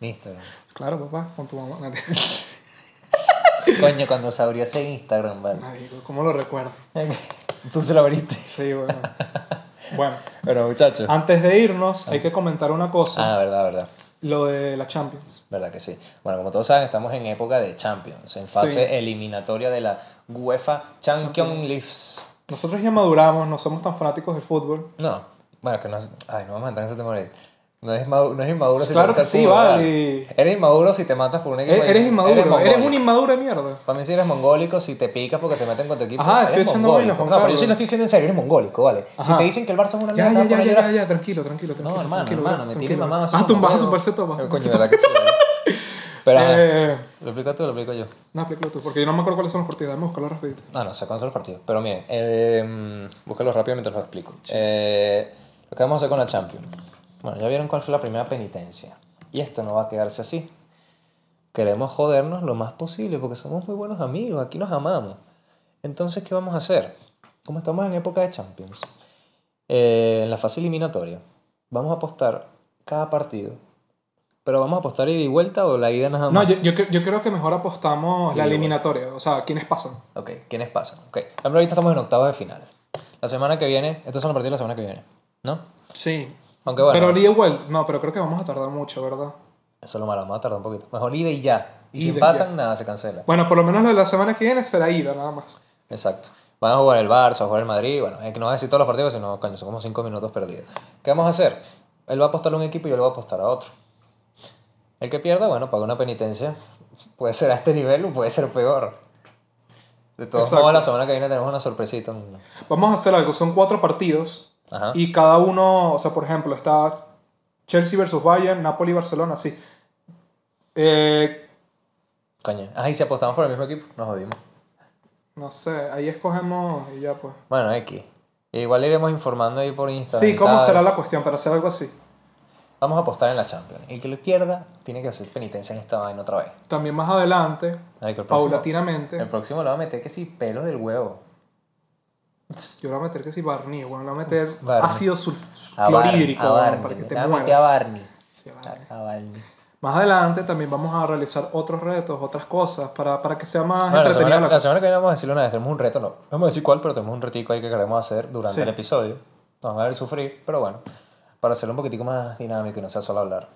ni Instagram. Claro, papá, con tu mamá. Coño, cuando se abrió ese Instagram, vale. Marico, ¿cómo lo recuerdo? Tú se lo abriste. Sí, bueno. Bueno, Pero muchachos. antes de irnos hay que comentar una cosa, Ah, verdad, verdad. lo de la Champions. Verdad que sí. Bueno, como todos saben, estamos en época de Champions, en fase Sí. eliminatoria de la UEFA Champions League. Nosotros ya maduramos, no somos tan fanáticos del fútbol. No, bueno, que no. Ay, no vamos a entrar en ese tema ahorita. No es, inmadu- no es inmaduro si Claro te gusta que el sí, fútbol, vale. E-, Eres inmaduro si te matas por un equipo. Eres, eres inmaduro, eres, mongólico. un inmaduro de mierda. Para mí, si eres mongólico, si te picas porque se meten con tu equipo. Ajá, eres estoy echando mongólico. vainas, Juan No, pero yo sí Carlos. lo estoy diciendo en serio, eres mongólico, ¿vale? Ajá. Si te dicen que el Barça es una mierda, Ya, ya, pon a ya, llorar. ya, ya, tranquilo, tranquilo, tranquilo. No, hermano, tranquilo, hermano, me tiré tranquilo. mamado. así Ah, como tumba, huevo. tumba el seto, baja, Coño, tumba el ¿verdad que sí? ¿verdad? Pero, ajá, Eh, ¿lo explicas tú o lo explico yo? no, explícalo tú, porque yo no me acuerdo cuáles son los partidos. Dame buscarlo rapidito. Ah, no, se acaban solo los partidos. Pero miren, eh, búsquenlo rápido mientras lo explico. Eh, lo que vamos a hacer con la Champions. Bueno, ya vieron cuál fue la primera penitencia. Y esto no va a quedarse así. Queremos jodernos lo más posible porque somos muy buenos amigos, aquí nos amamos. Entonces, ¿qué vamos a hacer? Como estamos en época de Champions, eh, en la fase eliminatoria, vamos a apostar cada partido. Pero vamos a apostar ida y vuelta o la ida nada más. No, yo, yo, cre- yo creo que mejor apostamos la Sí, eliminatoria. O sea, ¿quiénes pasan? Ok, ¿quiénes pasan? Ok, por ejemplo, ahorita estamos en octavos de final. La semana que viene, estos son los partidos de la semana que viene, ¿no? Sí. Aunque bueno, Pero ida y vuelta. No, pero creo que vamos a tardar mucho, ¿verdad? eso es lo malo, vamos a tardar un poquito. Mejor ida y ya. Y si Ida y empatan, nada, se cancela. Bueno, por lo menos la de la semana que viene será ida, nada más. Exacto. Van a jugar el Barça, va a jugar el Madrid, bueno, es que no va a decir todos los partidos, sino, coño, son como 5 minutos perdidos. ¿Qué vamos a hacer? Él va a apostar a un equipo y yo le voy a apostar a otro. El que pierda, bueno, paga una penitencia. Puede ser a este nivel o puede ser peor. De todos Exacto. modos, la semana que viene tenemos una sorpresita. un- Vamos a hacer algo. Son cuatro partidos. Ajá. Y cada uno, o sea, por ejemplo, está Chelsea versus Bayern, Napoli, Barcelona, sí. Eh, Coño. Ah, y si apostamos por el mismo equipo, nos jodimos. no sé, ahí escogemos y ya pues. Bueno, X. Igual iremos informando ahí por Instagram. Sí, y ¿cómo tal. será la cuestión para hacer algo así? Vamos a apostar en la Champions. El que lo pierda tiene que hacer penitencia en esta vaina otra vez. También más adelante, Marico, el próximo- El paulatinamente, próximo lo va a meter que sí, pelos del huevo. yo le voy a meter que si barniz, bueno, le voy a meter Barniz. ácido sulf- A Barney, clorhídrico a weón, Barney. para que Le te va a meter a mueras. Barney. Sí, a Barney. A, a Barney. Más adelante también vamos a realizar otros retos, otras cosas, para, para que sea más Bueno, la, entretenida semana, la la cosa. semana que viene vamos a decirle una vez, tenemos un reto, no, no vamos a decir cuál, pero tenemos un retico ahí que queremos hacer durante Sí. el episodio. Nos van a ver sufrir, pero bueno, para hacerlo un poquitico más dinámico y no sea solo hablar.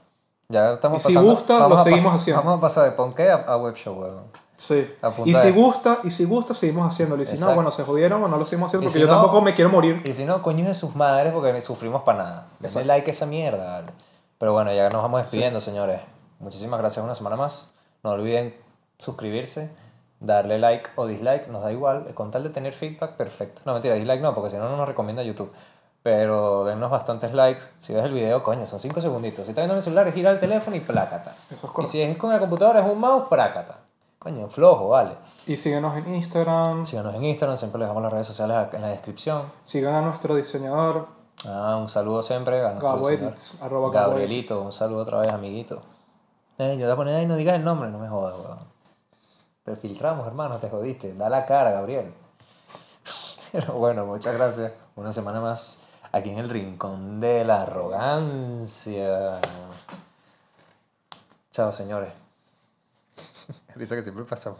Ya estamos Y si pasando- gusta, vamos lo a pas- seguimos haciendo. Vamos a pasar de ponqué a, a web show, huevón. Sí. Apunta Y si eso. gusta, y si gusta, seguimos haciéndolo. Y si Exacto. no, bueno, se jodieron o no lo seguimos haciendo Y porque si yo no- tampoco me quiero morir. Y si no, coño de sus madres porque sufrimos para nada. Denle Exacto. like a esa mierda. ¿vale? Pero bueno, ya nos vamos despidiendo, señores. Muchísimas gracias una semana más. No olviden suscribirse, darle like o dislike, nos da igual. Con tal de tener feedback, perfecto. No, mentira, dislike no, porque si no, no nos recomienda YouTube. Pero dennos bastantes likes. Si ves el video, coño, son 5 segunditos. Si estás viendo en el celular, gira el teléfono y plácata. Eso es Y correcto. si es con la computadora, es un mouse, plácata. Coño, flojo, vale. Y síguenos en Instagram, Síganos en Instagram, siempre les dejamos las redes sociales en la descripción. sigan a nuestro diseñador Ah, un saludo siempre a nuestro Gabo diseñador. Edits, arroba Gabo Gabrielito, un saludo otra vez, amiguito. Eh, yo te voy a poner ahí, no digas el nombre, no me jodas, weón. Te filtramos, hermano, te jodiste. Da la cara, Gabriel. Pero bueno, muchas gracias. Una semana más aquí en el rincón de la arrogancia. Chao, señores. Risa que siempre pasamos.